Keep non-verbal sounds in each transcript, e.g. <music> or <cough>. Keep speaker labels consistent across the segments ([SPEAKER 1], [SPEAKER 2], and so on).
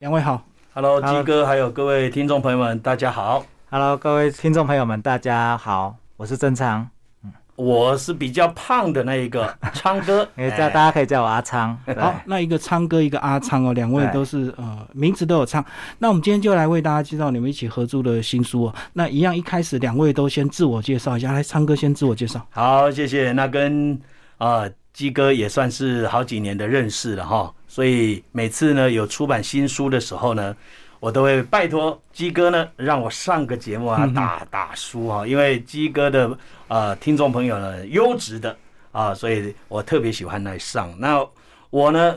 [SPEAKER 1] 两位好
[SPEAKER 2] Hello，
[SPEAKER 3] Hello
[SPEAKER 2] 鸡哥，还有各位听众朋友们，大家好。
[SPEAKER 3] Hello，各位听众朋友们，大家好，我是曾昌，
[SPEAKER 2] 我是比较胖的那一个昌哥，
[SPEAKER 3] 因为叫大家可以叫我阿昌。对，
[SPEAKER 1] 好，那一个昌哥，一个阿昌哦，两位
[SPEAKER 3] 对
[SPEAKER 1] 都是呃名字都有昌。那我们今天就来为大家介绍你们一起合著的新书哦。那一样一开始两位都先自我介绍一下，来昌哥先自我介绍。
[SPEAKER 2] 好，谢谢。那跟啊、呃鸡哥也算是好几年的认识了哈，所以每次呢有出版新书的时候呢，我都会拜托鸡哥呢让我上个节目啊打打书啊，因为鸡哥的呃听众朋友呢优质的啊，所以我特别喜欢来上。那我呢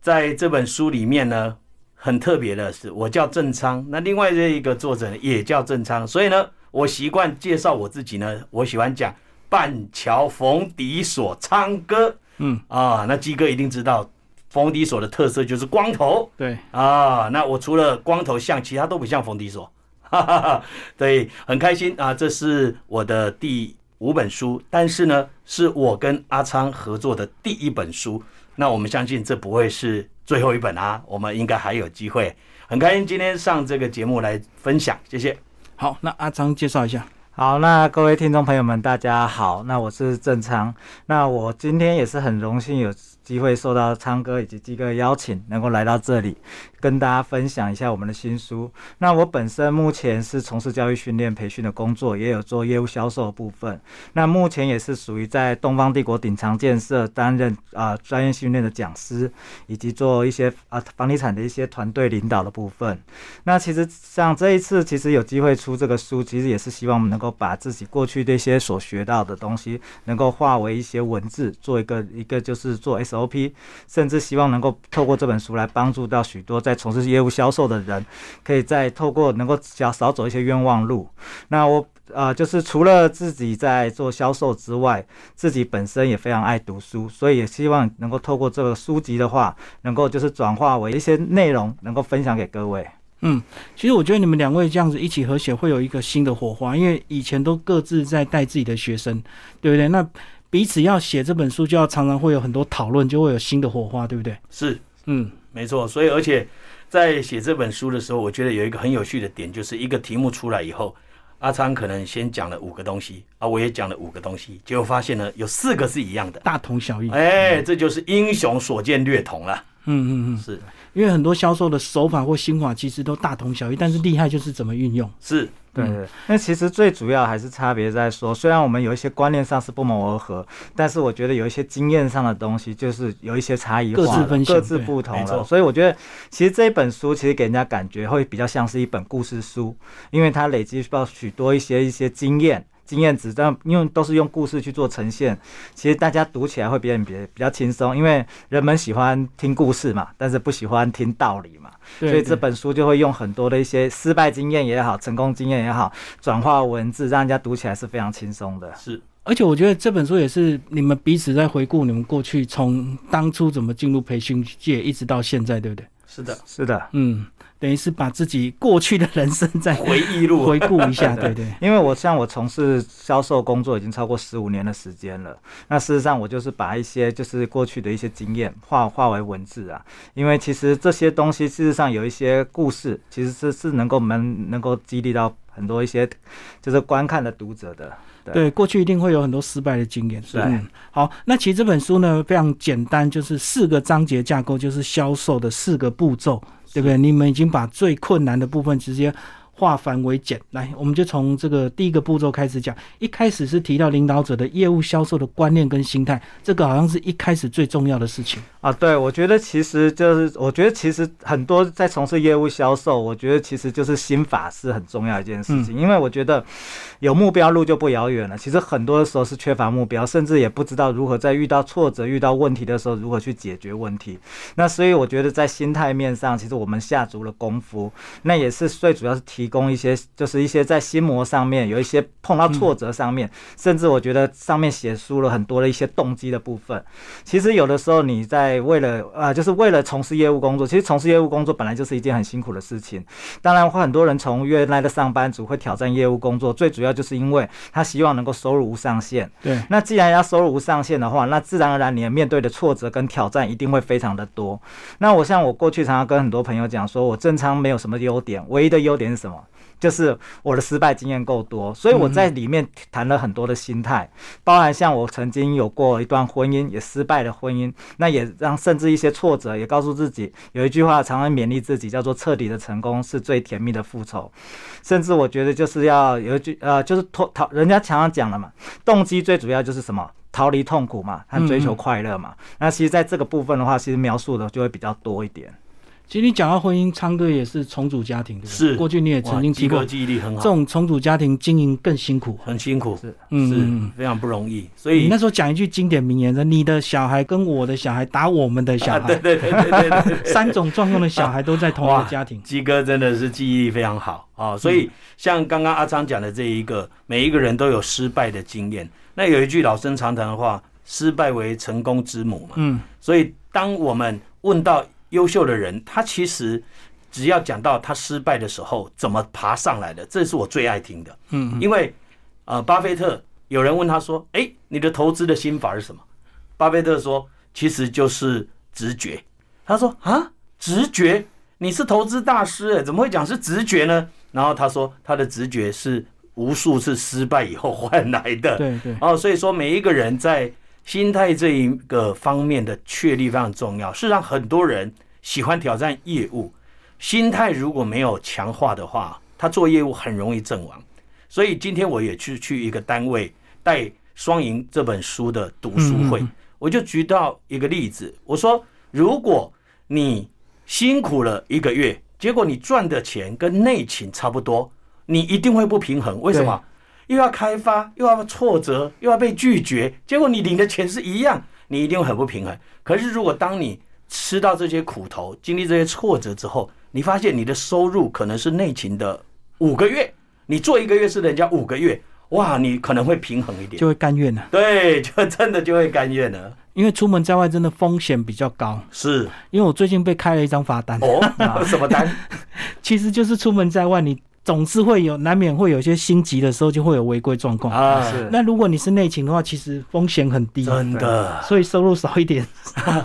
[SPEAKER 2] 在这本书里面呢。很特别的是，我叫郑昌，那另外这一个作者呢也叫郑昌，所以呢，我习惯介绍我自己呢，我喜欢讲板桥逢迪所昌哥
[SPEAKER 1] 嗯，
[SPEAKER 2] 啊，那鸡哥一定知道，逢迪所的特色就是光头
[SPEAKER 1] 对，
[SPEAKER 2] 啊。那我除了光头像，其他都不像逢迪所， <laughs> 哈哈哈。对，很开心啊，这是我的第五本书，但是呢，是我跟阿昌合作的第一本书。那我们相信这不会是最后一本啊，我们应该还有机会。很开心今天上这个节目来分享，谢谢。
[SPEAKER 1] 好，那阿昌介绍一下。
[SPEAKER 3] 好，那各位听众朋友们，大家好，那我是郑昌，那我今天也是很荣幸有机会受到昌哥以及鸡哥的邀请，能够来到这里跟大家分享一下我们的新书。那我本身目前是从事教育训练培训的工作，也有做业务销售的部分。那目前也是属于在东方帝国鼎长建设担任啊、呃专业训练的讲师，以及做一些啊、房地产的一些团队领导的部分。那其实像这一次，其实有机会出这个书，其实也是希望我们能够把自己过去这些所学到的东西，能够化为一些文字，做一个一个就是做 SOP，甚至希望能够透过这本书来帮助到许多在从事业务销售的人，可以在透过能够少少走一些冤枉路。那我。啊、就是除了自己在做销售之外，自己本身也非常爱读书，所以也希望能够透过这个书籍的话，能够就是转化为一些内容，能够分享给各位。
[SPEAKER 1] 嗯，其实我觉得你们两位这样子一起合写会有一个新的火花，因为以前都各自在带自己的学生，对不对？那彼此要写这本书，就要常常会有很多讨论，就会有新的火花，对不对？
[SPEAKER 2] 是，
[SPEAKER 1] 嗯，
[SPEAKER 2] 没错，所以而且在写这本书的时候，我觉得有一个很有趣的点，就是一个题目出来以后，阿昌可能先讲了五个东西啊，我也讲了五个东西，结果发现呢有四个是一样的，
[SPEAKER 1] 大同小异。
[SPEAKER 2] 哎，这就是英雄所见略同了。
[SPEAKER 1] 嗯嗯嗯，
[SPEAKER 2] 是
[SPEAKER 1] 因为很多销售的手法或心法其实都大同小异，但是厉害就是怎么运用。
[SPEAKER 2] 是，
[SPEAKER 3] 对
[SPEAKER 1] 嗯
[SPEAKER 3] 对，那其实最主要还是差别在说，虽然我们有一些观念上是不谋而合，但是我觉得有一些经验上的东西，就是有一些差异化
[SPEAKER 1] 各自
[SPEAKER 3] 了
[SPEAKER 1] 分享
[SPEAKER 3] 各自
[SPEAKER 1] 对
[SPEAKER 3] 不同
[SPEAKER 2] 没错
[SPEAKER 3] 了。所以我觉得，其实这一本书其实给人家感觉会比较像是一本故事书，因为它累积到许多一些一些经验。经验值，但因为都是用故事去做呈现，其实大家读起来会比较比比较轻松，因为人们喜欢听故事嘛，但是不喜欢听道理嘛。
[SPEAKER 1] 对
[SPEAKER 3] 所以
[SPEAKER 1] 对
[SPEAKER 3] 这本书就会用很多的一些失败经验也好，成功经验也好，转化文字，让人家读起来是非常轻松的。
[SPEAKER 1] 而且我觉得这本书也是你们彼此在回顾你们过去从当初怎么进入培训界一直到现在，对不对？
[SPEAKER 2] 是的，
[SPEAKER 3] 是的，
[SPEAKER 1] 嗯，等于是把自己过去的人生再
[SPEAKER 2] 回忆录
[SPEAKER 1] 回顾一 <laughs> 下，对对。
[SPEAKER 3] 因为我像我从事销售工作已经超过十五年的时间了，那事实上我就是把一些就是过去的一些经验化化为文字啊，因为其实这些东西事实上有一些故事，其实是是能够能能够激励到很多一些就是观看的读者的。
[SPEAKER 1] 对，过去一定会有很多失败的经验。
[SPEAKER 3] 是
[SPEAKER 1] 嗯，好，那其实这本书呢非常简单，就是四个章节架构，就是销售的四个步骤，对不对？你们已经把最困难的部分直接化繁为简。来，我们就从这个第一个步骤开始讲。一开始是提到领导者的业务销售的观念跟心态，这个好像是一开始最重要的事情。
[SPEAKER 3] 啊，对，我觉得其实就是，我觉得其实很多在从事业务销售，我觉得其实就是心法是很重要的一件事情，因为我觉得有目标路就不遥远了。其实很多的时候是缺乏目标，甚至也不知道如何在遇到挫折、遇到问题的时候如何去解决问题。那所以我觉得在心态面上，其实我们下足了功夫。那也是最主要是提提供一些，就是一些在心魔上面有一些碰到挫折上面，甚至我觉得上面写出了很多的一些动机的部分。其实有的时候你在为了呃，就是为了从事业务工作，其实从事业务工作本来就是一件很辛苦的事情。当然，会很多人从原来的上班族会挑战业务工作，最主要就是因为他希望能够收入无上限。
[SPEAKER 1] 对，
[SPEAKER 3] 那既然要收入无上限的话，那自然而然你也面对的挫折跟挑战一定会非常的多。那我像我过去常常跟很多朋友讲说，我正常没有什么优点，唯一的优点是什么？就是我的失败经验够多，所以我在里面谈了很多的心态，包含像我曾经有过一段婚姻也失败的婚姻，那也让甚至一些挫折，也告诉自己有一句话常常勉励自己，叫做彻底的成功是最甜蜜的复仇。甚至我觉得就是要有一句呃，就是脱逃，人家常常讲了嘛，动机最主要就是什么？逃离痛苦嘛，和追求快乐嘛。那其实在这个部分的话，其实描述的就会比较多一点。
[SPEAKER 1] 其实你讲到婚姻，昌哥也是重组家庭，对不对
[SPEAKER 2] 是
[SPEAKER 1] 过去你也曾经
[SPEAKER 2] 哇
[SPEAKER 1] 提
[SPEAKER 2] 鸡
[SPEAKER 1] 过
[SPEAKER 2] 哥，记忆力很
[SPEAKER 1] 这
[SPEAKER 2] 好，
[SPEAKER 1] 种重组家庭经营更辛苦。
[SPEAKER 2] 很辛苦，
[SPEAKER 3] 是
[SPEAKER 1] 嗯
[SPEAKER 2] 是非常不容易，所
[SPEAKER 1] 你
[SPEAKER 2] 以啊
[SPEAKER 1] 那时候讲一句经典名言说你的小孩跟我的小孩打我们的小
[SPEAKER 2] 啊，对
[SPEAKER 1] 孩，
[SPEAKER 2] 对对对对对对
[SPEAKER 1] <laughs> 三种状况的小孩都在同一
[SPEAKER 2] 哇
[SPEAKER 1] 个家庭。嗯
[SPEAKER 2] 鸡哥真的是记忆力非常好啊、所以像刚刚阿昌讲的这一个，每一个人都有失败的经验。那有一句老生常谈的话，失败为成功之母嘛。
[SPEAKER 1] 嗯，
[SPEAKER 2] 所以当我们问到优秀的人，他其实只要讲到他失败的时候，怎么爬上来的，这是我最爱听的。
[SPEAKER 1] 嗯，
[SPEAKER 2] 因为呃，巴菲特有人问他说：“哎，你的投资的心法是什么？”巴菲特说：“其实就是直觉。”他说：“啊，直觉？你是投资大师哎，怎么会讲是直觉呢？”然后他说：“他的直觉是无数次失败以后换来的。”
[SPEAKER 1] 对对，
[SPEAKER 2] 哦，所以说每一个人在心态这一个方面的确立非常重要。事实上，很多人喜欢挑战业务，心态如果没有强化的话，他做业务很容易阵亡。所以今天我也去去一个单位带《双赢》这本书的读书会，我就举到一个例子，我说如果你辛苦了一个月，结果你赚的钱跟内勤差不多，你一定会不平衡。为什么？又要开发，又要挫折，又要被拒绝，结果你领的钱是一样，你一定会很不平衡。可是如果当你吃到这些苦头，经历这些挫折之后，你发现你的收入可能是内勤的五个月，你做一个月是人家五个月，哇，你可能会平衡一点。
[SPEAKER 1] 就会甘愿了、啊
[SPEAKER 2] 对，就真的就会甘愿了。
[SPEAKER 1] 因为出门在外真的风险比较高。
[SPEAKER 2] 是
[SPEAKER 1] 因为我最近被开了一张罚单，
[SPEAKER 2] 哦，什么单？
[SPEAKER 1] 其实就是出门在外，你总是会有难免会有一些心急的时候，就会有违规状况。
[SPEAKER 2] 啊，
[SPEAKER 3] 是
[SPEAKER 1] 那如果你是内勤的话，其实风险很低，
[SPEAKER 2] 真的
[SPEAKER 1] 所以收入少一点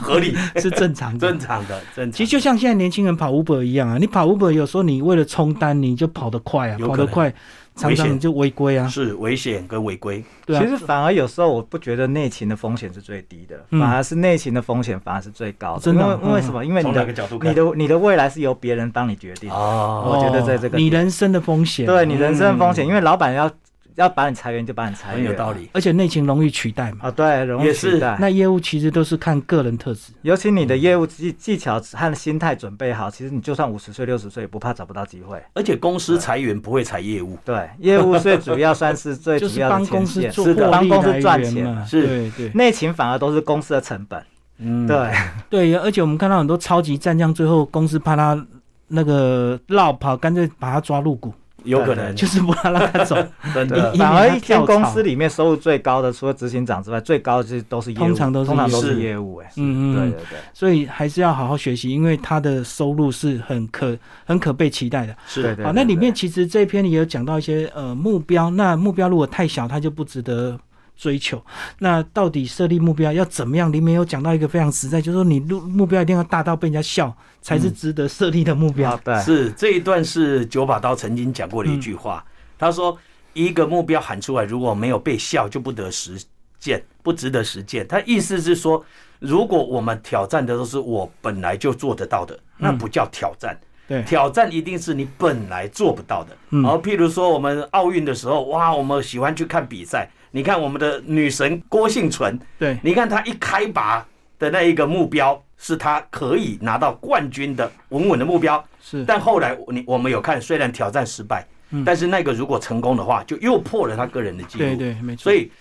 [SPEAKER 2] 合理，
[SPEAKER 1] 是正常的。
[SPEAKER 2] 正常的，正常的。
[SPEAKER 1] 其实就像现在年轻人跑 Uber 一样啊，你跑 Uber 有时候你为了冲单，你就跑得快啊，
[SPEAKER 2] 有
[SPEAKER 1] 跑
[SPEAKER 2] 可能
[SPEAKER 1] 得快，常
[SPEAKER 2] 危
[SPEAKER 1] 常
[SPEAKER 2] 险
[SPEAKER 1] 你就违规啊，
[SPEAKER 2] 是危险跟违规，
[SPEAKER 1] 对啊
[SPEAKER 3] 其，实反而有时候我不觉得内勤的风险是最低的，
[SPEAKER 1] 嗯
[SPEAKER 3] 反而是内勤的风险反而是最高的。
[SPEAKER 1] 真的
[SPEAKER 3] 因为因为什么？因为你
[SPEAKER 2] 从哪
[SPEAKER 3] 的
[SPEAKER 2] 个角度看
[SPEAKER 3] 你的你的未来是由别人帮你决定的。
[SPEAKER 2] 嗯哦，
[SPEAKER 3] 我觉得在这个
[SPEAKER 1] 你人生的风险，啊
[SPEAKER 3] 对你人生风险，因为老板要要把你裁员就把你裁
[SPEAKER 2] 很
[SPEAKER 3] 员，
[SPEAKER 2] 有道理。
[SPEAKER 1] 而且内勤容易取代嘛。
[SPEAKER 3] 啊，对，容易
[SPEAKER 2] 也是
[SPEAKER 3] 取代。
[SPEAKER 1] 那业务其实都是看个人特质，
[SPEAKER 3] 尤其你的业务技技巧和心态准备好，其实你就算五十岁、六十岁也不怕找不到机会。
[SPEAKER 2] 而且公司裁员不会裁业务，
[SPEAKER 3] 对，业务最主要算是
[SPEAKER 1] <laughs>
[SPEAKER 3] 最
[SPEAKER 1] 就
[SPEAKER 3] 主
[SPEAKER 1] 是
[SPEAKER 3] 要
[SPEAKER 1] 帮
[SPEAKER 3] 的
[SPEAKER 1] 公
[SPEAKER 3] 前
[SPEAKER 1] 司
[SPEAKER 3] 线，
[SPEAKER 1] 做
[SPEAKER 2] 是的
[SPEAKER 1] 获
[SPEAKER 3] 帮
[SPEAKER 1] 利
[SPEAKER 3] 公司
[SPEAKER 1] 来
[SPEAKER 3] 赚
[SPEAKER 1] 源
[SPEAKER 3] 钱
[SPEAKER 1] 嘛，
[SPEAKER 2] 是
[SPEAKER 1] 对对
[SPEAKER 3] 内勤反而都是公司的成本。
[SPEAKER 2] 嗯，
[SPEAKER 3] 对，
[SPEAKER 1] 对，而且我们看到很多超级战将，最后公司怕他那个绕跑，干脆把他抓入股，
[SPEAKER 2] 有可
[SPEAKER 3] 嗯
[SPEAKER 2] 能，
[SPEAKER 1] 就是不让他
[SPEAKER 3] <laughs>
[SPEAKER 1] 走。
[SPEAKER 2] 真
[SPEAKER 1] 对
[SPEAKER 2] 的
[SPEAKER 1] 以免
[SPEAKER 3] 反而
[SPEAKER 1] 他
[SPEAKER 3] 一天
[SPEAKER 1] 跳槽
[SPEAKER 3] 公司里面收入最高的，除了执行长之外，最高就是都是业务，
[SPEAKER 1] 通常都是
[SPEAKER 3] 通常都
[SPEAKER 2] 业务
[SPEAKER 3] 是业务。哎，
[SPEAKER 1] 嗯
[SPEAKER 3] 对
[SPEAKER 1] 嗯
[SPEAKER 3] 对
[SPEAKER 1] 嗯，
[SPEAKER 3] 对。
[SPEAKER 1] 所以还是要好好学习，因为他的收入是很可很可被期待的。
[SPEAKER 3] 对
[SPEAKER 2] 是
[SPEAKER 3] 对
[SPEAKER 1] 好，那
[SPEAKER 3] 对
[SPEAKER 1] 里面
[SPEAKER 3] 对
[SPEAKER 1] 其实这一篇也有讲到一些呃目标，那目标如果太小，它就不值得追求。那到底设立目标要怎么样？里面有讲到一个非常实在，就是说你目目标一定要大到被人家笑，才
[SPEAKER 2] 嗯
[SPEAKER 1] 是值得设立的目标。
[SPEAKER 3] 啊，对，
[SPEAKER 2] 是这一段是九把刀曾经讲过的一句话，他说一个目标喊出来，如果没有被笑，就不得实践，不值得实践。他意思是说，如果我们挑战的都是我本来就做得到的，那不叫挑战。
[SPEAKER 1] 对
[SPEAKER 2] 挑战一定是你本来做不到的。
[SPEAKER 1] 嗯
[SPEAKER 2] 然后，譬如说我们奥运的时候，哇，我们喜欢去看比赛。你看我们的女神郭幸存，
[SPEAKER 1] 对，
[SPEAKER 2] 你看他一开拔的那一个目标是他可以拿到冠军的稳稳的目标，
[SPEAKER 1] 是
[SPEAKER 2] 但后来你我们有看，虽然挑战失败，但是那个如果成功的话，就又破了他个人的记录。
[SPEAKER 1] 嗯对对，没错。
[SPEAKER 2] 所以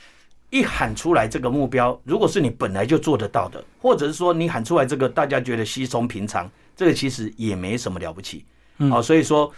[SPEAKER 2] 一喊出来这个目标，如果是你本来就做得到的，或者是说你喊出来这个大家觉得稀松平常，这个其实也没什么了不起。好、
[SPEAKER 1] 嗯
[SPEAKER 2] 所以说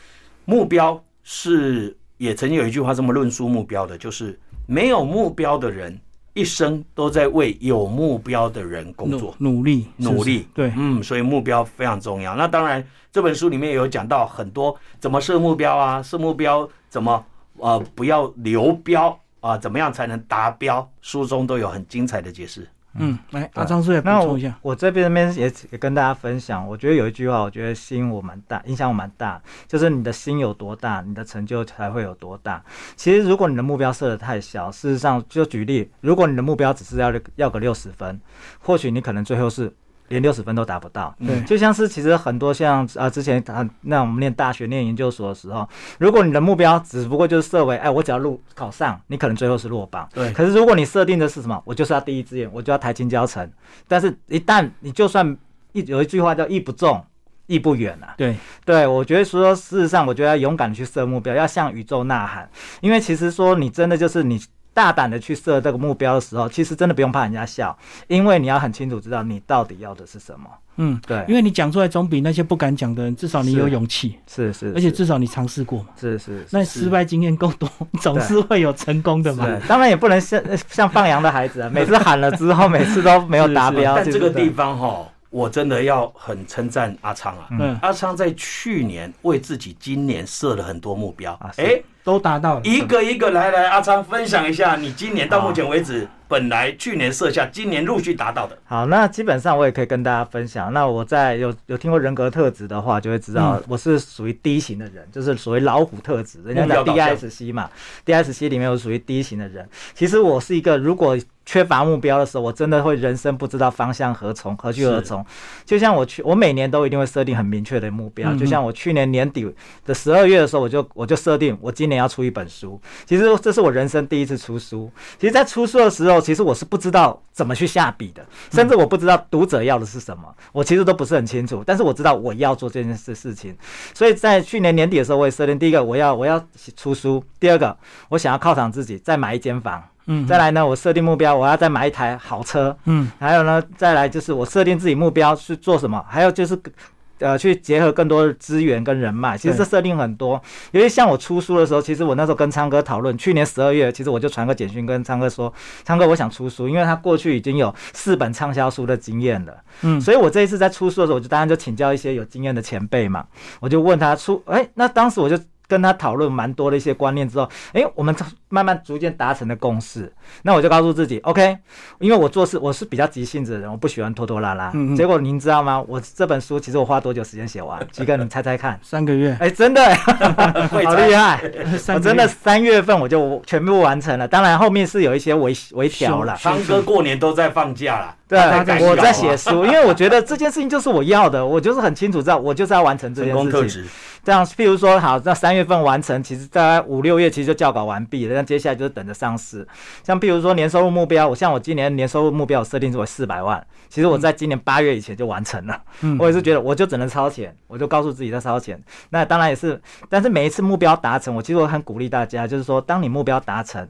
[SPEAKER 2] 目标是也曾经有一句话这么论述目标的，就是没有目标的人一生都在为有目标的人工作
[SPEAKER 1] 努。努力是不是
[SPEAKER 2] 努力
[SPEAKER 1] 对，
[SPEAKER 2] 嗯，所以目标非常重要。那当然，这本书里面也有讲到很多怎么设目标啊，设目标怎么呃不要流标啊、怎么样才能达标，书中都有很精彩的解释。
[SPEAKER 1] 嗯，来阿张叔也补
[SPEAKER 3] 那
[SPEAKER 1] 充
[SPEAKER 3] 我
[SPEAKER 1] 一下，
[SPEAKER 3] 我这边面也也跟大家分享，我觉得有一句话，我觉得吸引我蛮大，影响我蛮大，就是你的心有多大，你的成就才会有多大。其实如果你的目标设得太小，事实上就举例，如果你的目标只是要要个六十分，或许你可能最后是连六十分都达不到。
[SPEAKER 1] 对，
[SPEAKER 3] 就像是其实很多像啊、之前啊，那我们念大学、念研究所的时候，如果你的目标只不过就是设为，哎，我只要入考上，你可能最后是落榜。
[SPEAKER 2] 对
[SPEAKER 3] 可是如果你设定的是什么，我就是要第一志愿，我就要台青交城，但是一旦你就算一有一句话叫艺不中，艺不远啊。
[SPEAKER 1] 对，
[SPEAKER 3] 对，我觉得说，事实上，我觉得要勇敢地去设目标，要向宇宙呐喊，因为其实说你真的就是你大胆的去设这个目标的时候，其实真的不用怕人家笑，因为你要很清楚知道你到底要的是什么。
[SPEAKER 1] 嗯，
[SPEAKER 2] 哎
[SPEAKER 3] 对，
[SPEAKER 1] 因为你讲出来总比那些不敢讲的人，至少你
[SPEAKER 3] 是
[SPEAKER 1] 有勇气，
[SPEAKER 3] 是是，
[SPEAKER 1] 而且
[SPEAKER 3] 是
[SPEAKER 1] 至少你尝试过嘛。
[SPEAKER 3] 是是
[SPEAKER 1] 那失败经验够多，总是会有成功的嘛。
[SPEAKER 3] 对，当然也不能像像放羊的孩子啊，每次喊了之后，每次都没有达标。
[SPEAKER 2] 但这
[SPEAKER 3] 对
[SPEAKER 2] 个
[SPEAKER 3] 不对
[SPEAKER 2] 地方哈、我真的要很称赞阿昌啊。
[SPEAKER 1] 嗯，
[SPEAKER 2] 阿昌在去年为自己今年设了很多目标
[SPEAKER 3] 啊，是
[SPEAKER 2] 哎、
[SPEAKER 1] 都达到了。
[SPEAKER 2] 一个一个来来，阿昌分享一下你今年到目前为止，本来去年设下，今年陆续达到的。
[SPEAKER 3] 好，那基本上我也可以跟大家分享。那我在有有听过人格特质的话，就会知道我是属于 D 型的人，就是属于老虎特质，人家
[SPEAKER 2] 目标
[SPEAKER 3] 讲
[SPEAKER 2] 导向
[SPEAKER 3] DSC 嘛，DSC 里面我属于 D 型的人。其实我是一个，如果缺乏目标的时候，我真的会人生不知道方向何从，何去何从。就像我去，我每年都一定会设定很明确的目标。
[SPEAKER 1] 嗯嗯
[SPEAKER 3] 就像我去年年底的十二月的时候，我就我就设定我今年要出一本书。其实这是我人生第一次出书。其实，在出书的时候，其实我是不知道怎么去下笔的，
[SPEAKER 1] 嗯
[SPEAKER 3] 甚至我不知道读者要的是什么，我其实都不是很清楚。但是我知道我要做这件事事情，所以在去年年底的时候，我也设定第一个我要我要出书，第二个我想要犒赏自己，再买一间房。
[SPEAKER 1] 嗯，
[SPEAKER 3] 再来呢，我设定目标，我要再买一台好车。
[SPEAKER 1] 嗯，
[SPEAKER 3] 还有呢，再来就是我设定自己目标是做什么，还有就是。呃，去结合更多的资源跟人脉，其实
[SPEAKER 1] 对
[SPEAKER 3] 这设定很多。尤其像我出书的时候，其实我那时候跟昌哥讨论，去年十二月，其实我就传个简讯跟昌哥说，昌哥我想出书，因为他过去已经有四本畅销书的经验了。
[SPEAKER 1] 嗯
[SPEAKER 3] 所以我这一次在出书的时候，我就当然就请教一些有经验的前辈嘛，我就问他出，哎、那当时我就跟他讨论蛮多的一些观念之后，哎、我们慢慢逐渐达成的共识。那我就告诉自己，OK，因为我做事我是比较急性子的人，我不喜欢拖拖拉拉。
[SPEAKER 1] 嗯嗯？
[SPEAKER 3] 结果您知道吗？我这本书其实我花多久时间写完？鸡哥，你猜猜看
[SPEAKER 1] 三个月，
[SPEAKER 3] 哎、真的、
[SPEAKER 2] 会
[SPEAKER 3] <laughs> 好
[SPEAKER 2] 猜
[SPEAKER 3] 厉害！
[SPEAKER 1] 三
[SPEAKER 3] 哎我
[SPEAKER 1] 个
[SPEAKER 3] 真
[SPEAKER 1] 月
[SPEAKER 3] 的三月份我就全部完成了，当然后面是有一些微微调了。
[SPEAKER 2] 昌哥过年都在放假啦，
[SPEAKER 3] 对
[SPEAKER 2] 他改，稿
[SPEAKER 3] 我在
[SPEAKER 2] 啊
[SPEAKER 3] 写书，因为我觉得这件事情就是我要的，我就是很清楚知道，我就是要完成这
[SPEAKER 2] 成
[SPEAKER 3] 件
[SPEAKER 2] 功特
[SPEAKER 3] 事情。
[SPEAKER 2] 质，
[SPEAKER 3] 这样，譬如说，好，那三月份完成，其实大概五六月其实就校稿完毕了，那接下来就是等着上市。像譬如说年收入目标，我像我今年年收入目标我设定是为四百万，
[SPEAKER 2] 嗯
[SPEAKER 3] 其实我在今年哎八月以前就完成了。
[SPEAKER 1] 嗯
[SPEAKER 3] 我也是觉得我就只能超前，我就告诉自己在超前。那当然也是，但是每一次目标达成，我其实我很鼓励大家，就是说，当你目标达成，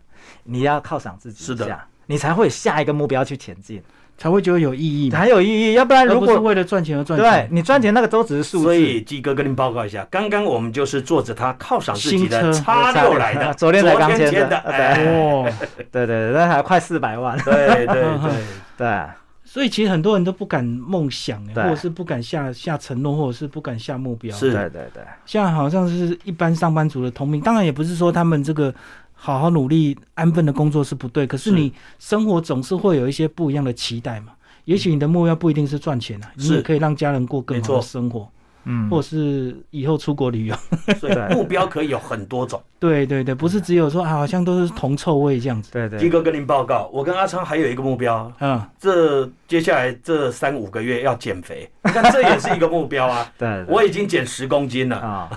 [SPEAKER 3] 你要犒赏自己一
[SPEAKER 2] 是的
[SPEAKER 3] 下你才会有下一个目标去前进，
[SPEAKER 1] 才会觉得有意义嘛，
[SPEAKER 3] 才有意义。要不然
[SPEAKER 1] 而
[SPEAKER 3] 如
[SPEAKER 1] 不是
[SPEAKER 3] 果
[SPEAKER 1] 为了赚钱而赚
[SPEAKER 3] 对
[SPEAKER 1] 钱。
[SPEAKER 3] 你赚钱那个都只是数字，
[SPEAKER 2] 所以鸡哥跟您报告一下，刚刚我们就是坐着他犒赏自己的
[SPEAKER 1] 新车
[SPEAKER 2] 叉六来的，
[SPEAKER 3] <laughs> 昨天才刚签的
[SPEAKER 2] 的，哎，
[SPEAKER 1] 哦，
[SPEAKER 3] 对对对，那还快四百万，
[SPEAKER 2] 对对对，
[SPEAKER 3] <laughs> 对。
[SPEAKER 1] 所以其实很多人都不敢梦想，哎
[SPEAKER 3] 对
[SPEAKER 1] 或者是不敢下下承诺，或者是不敢下目标。
[SPEAKER 2] 是
[SPEAKER 3] 对对对，
[SPEAKER 1] 像好像是一般上班族的通病。当然也不是说他们这个好好努力、安分的工作是不对，可是
[SPEAKER 2] 是
[SPEAKER 1] 你生活总是会有一些不一样的期待
[SPEAKER 3] 嗯
[SPEAKER 1] 嘛。也许你的目标不一定是赚钱啊，你
[SPEAKER 2] 是
[SPEAKER 1] 也可以让家人过更好
[SPEAKER 2] 没
[SPEAKER 1] 的
[SPEAKER 2] 错
[SPEAKER 1] 生活，
[SPEAKER 3] 嗯
[SPEAKER 1] 或者是以后出国旅游。
[SPEAKER 2] 所以目标可以有很多种。
[SPEAKER 1] 对对对，不是只有说啊，好像都是铜臭味这样子。
[SPEAKER 3] 对
[SPEAKER 2] 鸡
[SPEAKER 3] 对，
[SPEAKER 2] 哥跟您报告，我跟阿昌还有一个目标，
[SPEAKER 1] 嗯，
[SPEAKER 2] 这接下来这三五个月要减
[SPEAKER 3] <laughs>
[SPEAKER 2] 肥，那这也是一个目标啊。
[SPEAKER 3] 对
[SPEAKER 2] 我已经减十公斤了，
[SPEAKER 3] <laughs> 啊，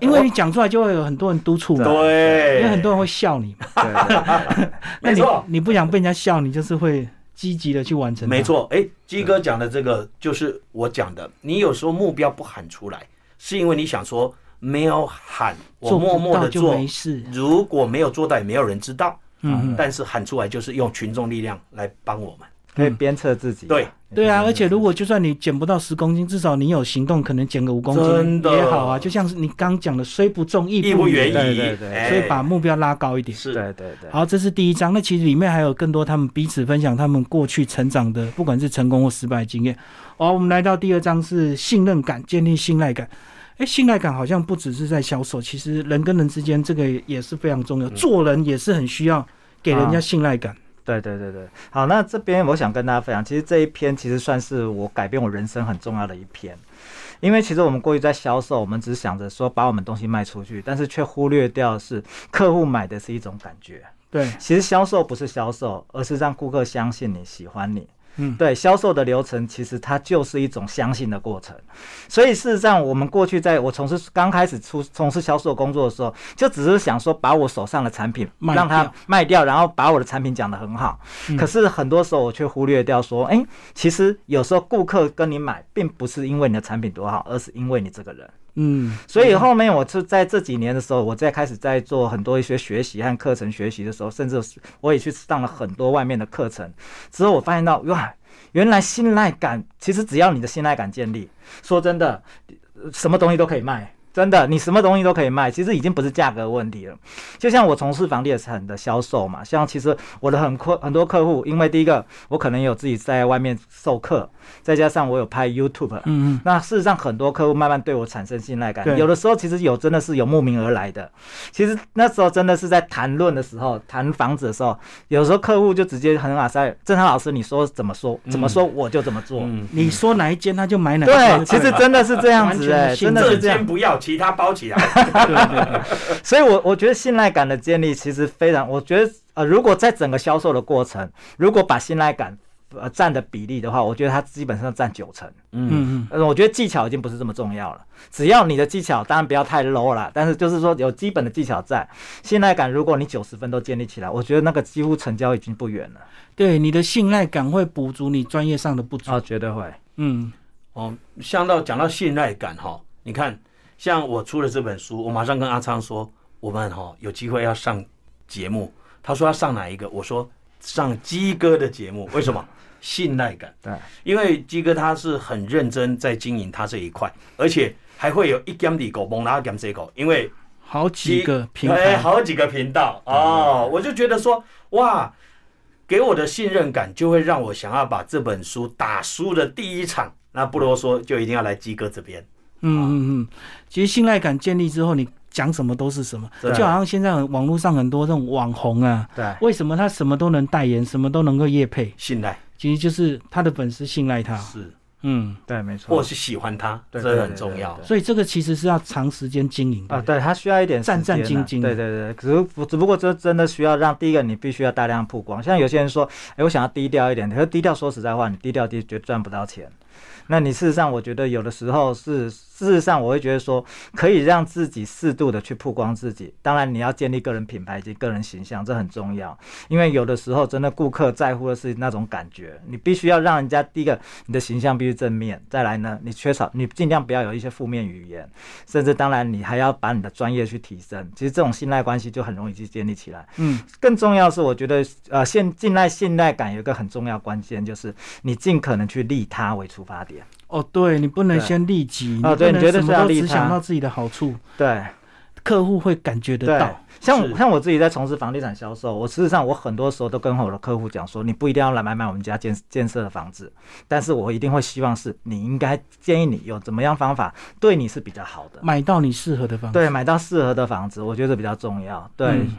[SPEAKER 1] 因为你讲出来就会有很多人督促嘛，因
[SPEAKER 2] 对，
[SPEAKER 1] 为很多人会笑你嘛。
[SPEAKER 3] 对对
[SPEAKER 1] 那你
[SPEAKER 2] 没错，
[SPEAKER 1] 你不想被人家笑，你就是会积极的去完成。
[SPEAKER 2] 没，错，哎，鸡哥讲的这个就是我讲的。你有时候目标不喊出来，是因为你想说没有喊，我
[SPEAKER 1] 做
[SPEAKER 2] 默
[SPEAKER 1] 不
[SPEAKER 2] 默
[SPEAKER 1] 到
[SPEAKER 2] 的
[SPEAKER 1] 就
[SPEAKER 2] 做啊
[SPEAKER 1] 没，事。
[SPEAKER 2] 如果没有做到，也没有人知道。
[SPEAKER 1] 嗯嗯。
[SPEAKER 2] 但是喊出来就是用群众力量来帮我们。
[SPEAKER 3] 可以鞭策自己啊、
[SPEAKER 2] 对
[SPEAKER 3] 也可以
[SPEAKER 1] 对啊，
[SPEAKER 3] 鞭
[SPEAKER 1] 而
[SPEAKER 3] 策
[SPEAKER 1] 且
[SPEAKER 3] 自己
[SPEAKER 1] 如果就算你减不到十公斤，至少你有行动，可能减个五公
[SPEAKER 2] 真
[SPEAKER 1] 斤
[SPEAKER 2] 的
[SPEAKER 1] 也好啊。就像是你刚讲的，虽不中，亦
[SPEAKER 2] 义不
[SPEAKER 1] 远
[SPEAKER 2] 远
[SPEAKER 1] 矣
[SPEAKER 2] 矣，
[SPEAKER 3] 对对对
[SPEAKER 2] 哎
[SPEAKER 1] 所以把目标拉高一点。
[SPEAKER 2] 是
[SPEAKER 3] 对对对，
[SPEAKER 1] 好，这是第一章。那其实里面还有更多他们彼此分享他们过去成长的，不管是成功或失败的经验。好，我们来到第二章是信任感，建立信赖感。哎，信赖感好像不只是在销售，其实人跟人之间这个也是非常重要，做人也是很需要给人家
[SPEAKER 3] 嗯啊
[SPEAKER 1] 信赖感。
[SPEAKER 3] 对对对对，好，那这边我想跟大家分享，其实这一篇其实算是我改变我人生很重要的一篇，因为其实我们过去在销售，我们只想着说把我们东西卖出去，但是却忽略掉是客户买的是一种感觉。
[SPEAKER 1] 对，
[SPEAKER 3] 其实销售不是销售，而是让顾客相信你喜欢你。
[SPEAKER 1] 嗯
[SPEAKER 3] 对，销售的流程其实它就是一种相信的过程，所以事实上，我们过去在我从事刚开始出从事销售工作的时候，就只是想说把我手上的产品
[SPEAKER 1] 卖
[SPEAKER 3] 让它
[SPEAKER 1] 掉
[SPEAKER 3] 卖掉，然后把我的产品讲得很好。
[SPEAKER 1] 嗯
[SPEAKER 3] 可是很多时候我却忽略掉说，哎，其实有时候顾客跟你买，并不是因为你的产品多好，而是因为你这个人。
[SPEAKER 1] 嗯，
[SPEAKER 3] 所以后面我是在这几年的时候，我在开始在做很多一些学习和课程学习的时候，甚至是我也去上了很多外面的课程。之后我发现到，哇，原来信赖感，其实只要你的信赖感建立，说真的，呃什么东西都可以卖。真的，你什么东西都可以卖，其实已经不是价格问题了。就像我从事房地产的销售嘛，像其实我的很客很多客户，因为第一个我可能有自己在外面授课，再加上我有拍 YouTube，
[SPEAKER 1] 嗯嗯，
[SPEAKER 3] 那事实上，很多客户慢慢对我产生信赖感
[SPEAKER 1] 对，
[SPEAKER 3] 有的时候其实有真的是有慕名而来的。其实那时候真的是在谈论的时候，谈房子的时候，有时候客户就直接很瓦塞，郑昌老师你说怎么说，怎么说我就怎么做。
[SPEAKER 2] 嗯，
[SPEAKER 1] 你说哪一间他就买哪一间
[SPEAKER 3] 对，
[SPEAKER 1] 就
[SPEAKER 3] 其
[SPEAKER 1] 对
[SPEAKER 3] 实
[SPEAKER 1] 了。
[SPEAKER 3] 真的是这样
[SPEAKER 1] 嗯完全
[SPEAKER 3] 子、
[SPEAKER 1] 的
[SPEAKER 3] 哎，
[SPEAKER 1] 信
[SPEAKER 3] 真的
[SPEAKER 1] 任
[SPEAKER 2] 这
[SPEAKER 3] 是这样
[SPEAKER 2] 间。不要，其他包起来。
[SPEAKER 1] 对对对，
[SPEAKER 3] 所以我，我觉得信赖感的建立其实非常，我觉得呃，如果在整个销售的过程，如果把信赖感呃占的比例的话，我觉得它基本上占九成。
[SPEAKER 2] 嗯，
[SPEAKER 1] 嗯嗯，
[SPEAKER 3] 呃，我觉得技巧已经不是这么重要了，只要你的技巧当然不要太 low 啦，但是就是说有基本的技巧在，信赖感，如果你九十分都建立起来，我觉得那个几乎成交已经不远了。
[SPEAKER 1] 对，你的信赖感会补足你专业上的不足。
[SPEAKER 3] 哦，绝对会。
[SPEAKER 1] 嗯，
[SPEAKER 2] 哦，像到讲到信赖感哈、你看，像我出了这本书，我马上跟阿昌说，我们哈、有机会要上节目。他说要上哪一个？我说上鸡哥的节目，为什么？信赖感。
[SPEAKER 3] 对，
[SPEAKER 2] 因为鸡哥他是很认真在经营他这一块，而且还会有一点里狗蒙拉点这狗，因为
[SPEAKER 1] 好几个平
[SPEAKER 2] 哎，
[SPEAKER 1] 台，
[SPEAKER 2] 好几个频道哦，我就觉得说哇，给我的信任感就会让我想要把这本书打输的第一场，那不啰嗦，就一定要来鸡哥这边。
[SPEAKER 1] 嗯嗯嗯，其实信赖感建立之后，你讲什么都是什么，
[SPEAKER 2] 对
[SPEAKER 1] 就好像现在网络上很多这种网红啊，
[SPEAKER 3] 对，
[SPEAKER 1] 为什么他什么都能代言，什么都能够业配？
[SPEAKER 2] 信赖
[SPEAKER 1] 其实就是他的粉丝信赖他，
[SPEAKER 2] 是，
[SPEAKER 1] 嗯，
[SPEAKER 3] 对，没错
[SPEAKER 2] 或。是喜欢他，
[SPEAKER 3] 对
[SPEAKER 2] 这
[SPEAKER 3] 对
[SPEAKER 2] 很
[SPEAKER 3] 对
[SPEAKER 2] 重
[SPEAKER 3] 对
[SPEAKER 2] 要
[SPEAKER 3] 对。
[SPEAKER 1] 所以这个其实是要长时间经营
[SPEAKER 3] 啊，
[SPEAKER 1] 的，
[SPEAKER 3] 对，它需要一点时间啊
[SPEAKER 1] 战战兢兢
[SPEAKER 3] 对对对，只不只不过这真的需要让第一个你必须要大量曝光。像有些人说，哎，我想要低调一点，可是低调说实在话，你低调低绝赚不到钱。那你事实上，我觉得有的时候是，事实上我会觉得说，可以让自己适度的去曝光自己。当然，你要建立个人品牌以及个人形象，这很重要。因为有的时候真的顾客在乎的是那种感觉，你必须要让人家第一个你的形象必须正面，再来呢，你缺少你尽量不要有一些负面语言，甚至当然你还要把你的专业去提升。其实这种信赖关系就很容易去建立起来。
[SPEAKER 1] 嗯，
[SPEAKER 3] 更重要的是，我觉得呃，现近赖信赖感有一个很重要关键，就是你尽可能去利他为出发点。
[SPEAKER 1] 哦，对你不能
[SPEAKER 3] 对
[SPEAKER 1] 先利己，
[SPEAKER 3] 啊
[SPEAKER 1] 你不
[SPEAKER 3] 对
[SPEAKER 1] 能
[SPEAKER 3] 你绝对
[SPEAKER 1] 什么
[SPEAKER 3] 是要
[SPEAKER 1] 都
[SPEAKER 3] 利
[SPEAKER 1] 只
[SPEAKER 3] 他
[SPEAKER 1] 想到自己的好处，
[SPEAKER 3] 对，
[SPEAKER 1] 客户会感觉得
[SPEAKER 3] 对
[SPEAKER 1] 到，，
[SPEAKER 3] 像
[SPEAKER 2] 是
[SPEAKER 3] 我像我自己在从事房地产销售，我事实上我很多时候都跟我的客户讲说，你不一定要来买买我们家建建设的房子，但是我一定会希望是你应该建议你有怎么样方法对你是比较好的，
[SPEAKER 1] 买到你适合的方式，
[SPEAKER 3] 对，买到适合的房子，我觉得比较重要。对，
[SPEAKER 1] 嗯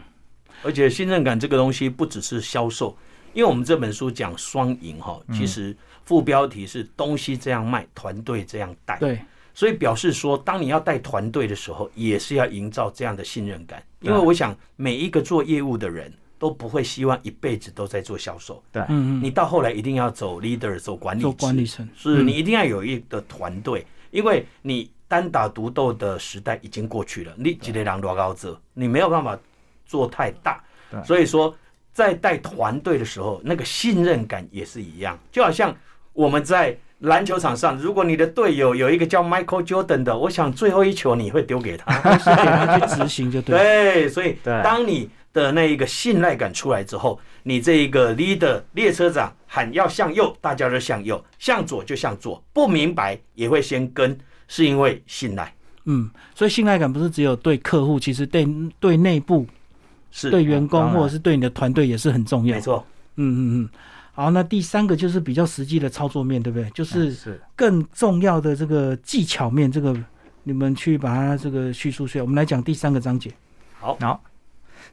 [SPEAKER 2] 而且信任感这个东西不只是销售，因为我们这本书讲双赢哈，其实副标题是东西这样卖，团队这样带。
[SPEAKER 1] 对，
[SPEAKER 2] 所以表示说，当你要带团队的时候，也是要营造这样的信任感。因为
[SPEAKER 3] 对
[SPEAKER 2] 我想，每一个做业务的人都不会希望一辈子都在做销售，
[SPEAKER 1] 嗯嗯，
[SPEAKER 2] 你到后来一定要走 leader，走管理
[SPEAKER 1] 做管理
[SPEAKER 2] 职
[SPEAKER 1] 层，嗯
[SPEAKER 2] 是
[SPEAKER 3] <laughs>
[SPEAKER 2] 你一定要有一个团队，因为你单打独斗的时代已经过去了，你几个人多高者，你没有办法做太大，
[SPEAKER 3] 对
[SPEAKER 2] 所以说在带团队的时候，那个信任感也是一样，就好像我们在。篮球场上，如果你的队友有一个叫 Michael Jordan 的，我想最后一球你会丢给他，
[SPEAKER 1] 是给他去执行就对了，
[SPEAKER 2] 对，所以
[SPEAKER 3] 对
[SPEAKER 2] 当你的那一个信赖感出来之后，你这一个 leader 列车长喊要向右，大家就向右；向左就向左，不明白也会先跟，是因为信赖。
[SPEAKER 1] 嗯，所以信赖感不是只有对客户，其实对对内部、
[SPEAKER 2] 是
[SPEAKER 1] 对员工
[SPEAKER 3] 当然
[SPEAKER 1] 或者是对你的团队也是很重要。
[SPEAKER 2] 没，错，
[SPEAKER 1] 嗯嗯嗯。好，那第三个就是比较实际的操作面，对不对？就是
[SPEAKER 3] 是
[SPEAKER 1] 更重要的这个技巧面，这个你们去把它这个叙述出来。我们来讲第三个章节。
[SPEAKER 2] 好，
[SPEAKER 3] 好，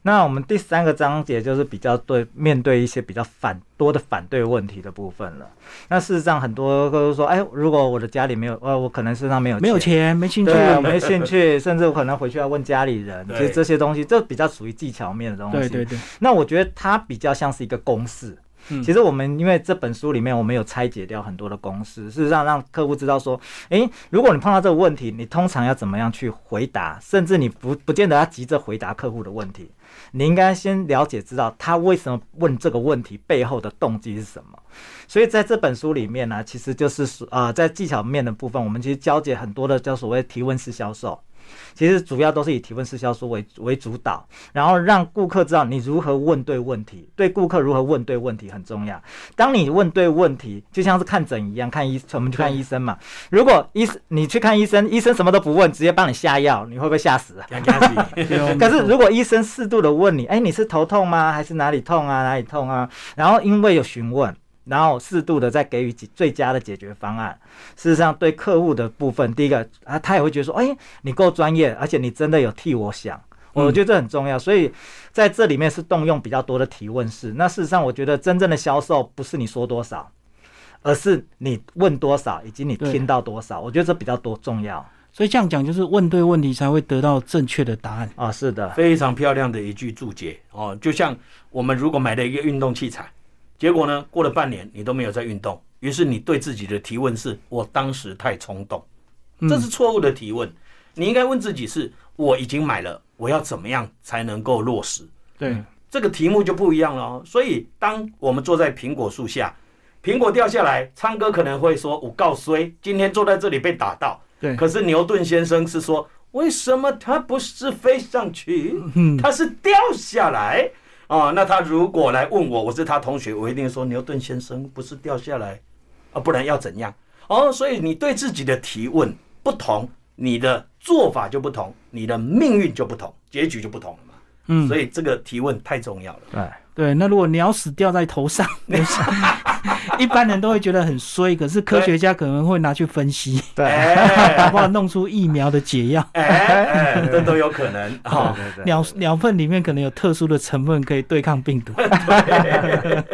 [SPEAKER 3] 那我们第三个章节就是比较对面对一些比较反多的反对问题的部分了。那事实上，很多都说，哎，如果我的家里没有，呃，我可能身上没有
[SPEAKER 1] 没有钱，没兴趣，
[SPEAKER 3] 对，啊我没兴趣，甚至我可能回去要问家里人。其
[SPEAKER 2] 对
[SPEAKER 3] 实这些东西，这比较属于技巧面的东西。
[SPEAKER 1] 对对对，
[SPEAKER 3] 那我觉得它比较像是一个公式。
[SPEAKER 1] 嗯
[SPEAKER 3] 其实我们因为这本书里面我们有拆解掉很多的公式，事实上让客户知道说，诶，如果你碰到这个问题，你通常要怎么样去回答，甚至你不不见得要急着回答客户的问题，你应该先了解知道他为什么问这个问题背后的动机是什么。所以在这本书里面呢、其实就是说呃，在技巧面的部分，我们其实交解很多的叫所谓提问式销售。其实主要都是以提问式销售为为主导，然后让顾客知道你如何问对问题，对顾客如何问对问题很重要。当你问对问题，就像是看诊一样，看医我们去看医生嘛。如果医生你去看医生，医生什么都不问，直接帮你下药，你会不会吓死啊？
[SPEAKER 2] 杨家喜
[SPEAKER 3] <laughs>
[SPEAKER 1] 对哦
[SPEAKER 3] 可是
[SPEAKER 1] 没错
[SPEAKER 3] 如果医生适度的问你，哎，你是头痛吗？还是哪里痛啊？哪里痛啊？然后因为有询问，然后适度的再给予解最佳的解决方案。事实上，对客户的部分，第一个啊，他也会觉得说，哎，你够专业，而且你真的有替我想。我觉得这很重要，所以在这里面是动用比较多的提问式。那事实上，我觉得真正的销售不是你说多少，而是你问多少以及你
[SPEAKER 1] 对
[SPEAKER 3] 听到多少。我觉得这比较多重要
[SPEAKER 1] 所以这样讲就是问对问题才会得到正确的答案。
[SPEAKER 3] 啊。是的，
[SPEAKER 2] <laughs> 非常漂亮的一句注解哦，就像我们如果买了一个运动器材，结果呢，过了半年你都没有在运动，于是你对自己的提问是：我当时太冲动，这是错误的提问。你应该问自己是：我已经买了，我要怎么样才能够落实？
[SPEAKER 1] 对，
[SPEAKER 2] 这个题目就不一样了哦。所以，当我们坐在苹果树下，苹果掉下来，昌哥可能会说：“我告衰，今天坐在这里被打到。”
[SPEAKER 1] 对
[SPEAKER 2] 可是牛顿先生是说：“为什么它不是飞上去，
[SPEAKER 3] 嗯
[SPEAKER 1] 嗯
[SPEAKER 2] 它是掉下来？”哦，那他如果来问我，我是他同学，我一定说牛顿先生不是掉下来，啊，不然要怎样？哦，所以你对自己的提问不同，你的做法就不同，你的命运就不同，结局就不同了嘛。
[SPEAKER 1] 嗯
[SPEAKER 2] 所以这个提问太重要了。
[SPEAKER 3] 对。
[SPEAKER 1] 对，那如果鸟屎掉在头上，一般人都会觉得很衰，可是科学家可能会拿去分析，
[SPEAKER 3] 对
[SPEAKER 1] <laughs> 搞
[SPEAKER 2] 哎
[SPEAKER 1] 不好弄出疫苗的解药。
[SPEAKER 2] 哎
[SPEAKER 3] <laughs>
[SPEAKER 2] 哎，这都有可能哦哈。
[SPEAKER 3] 对对对
[SPEAKER 1] 鸟鸟粪里面可能有特殊的成分可以对抗病
[SPEAKER 3] <laughs>
[SPEAKER 1] 毒。 <laughs>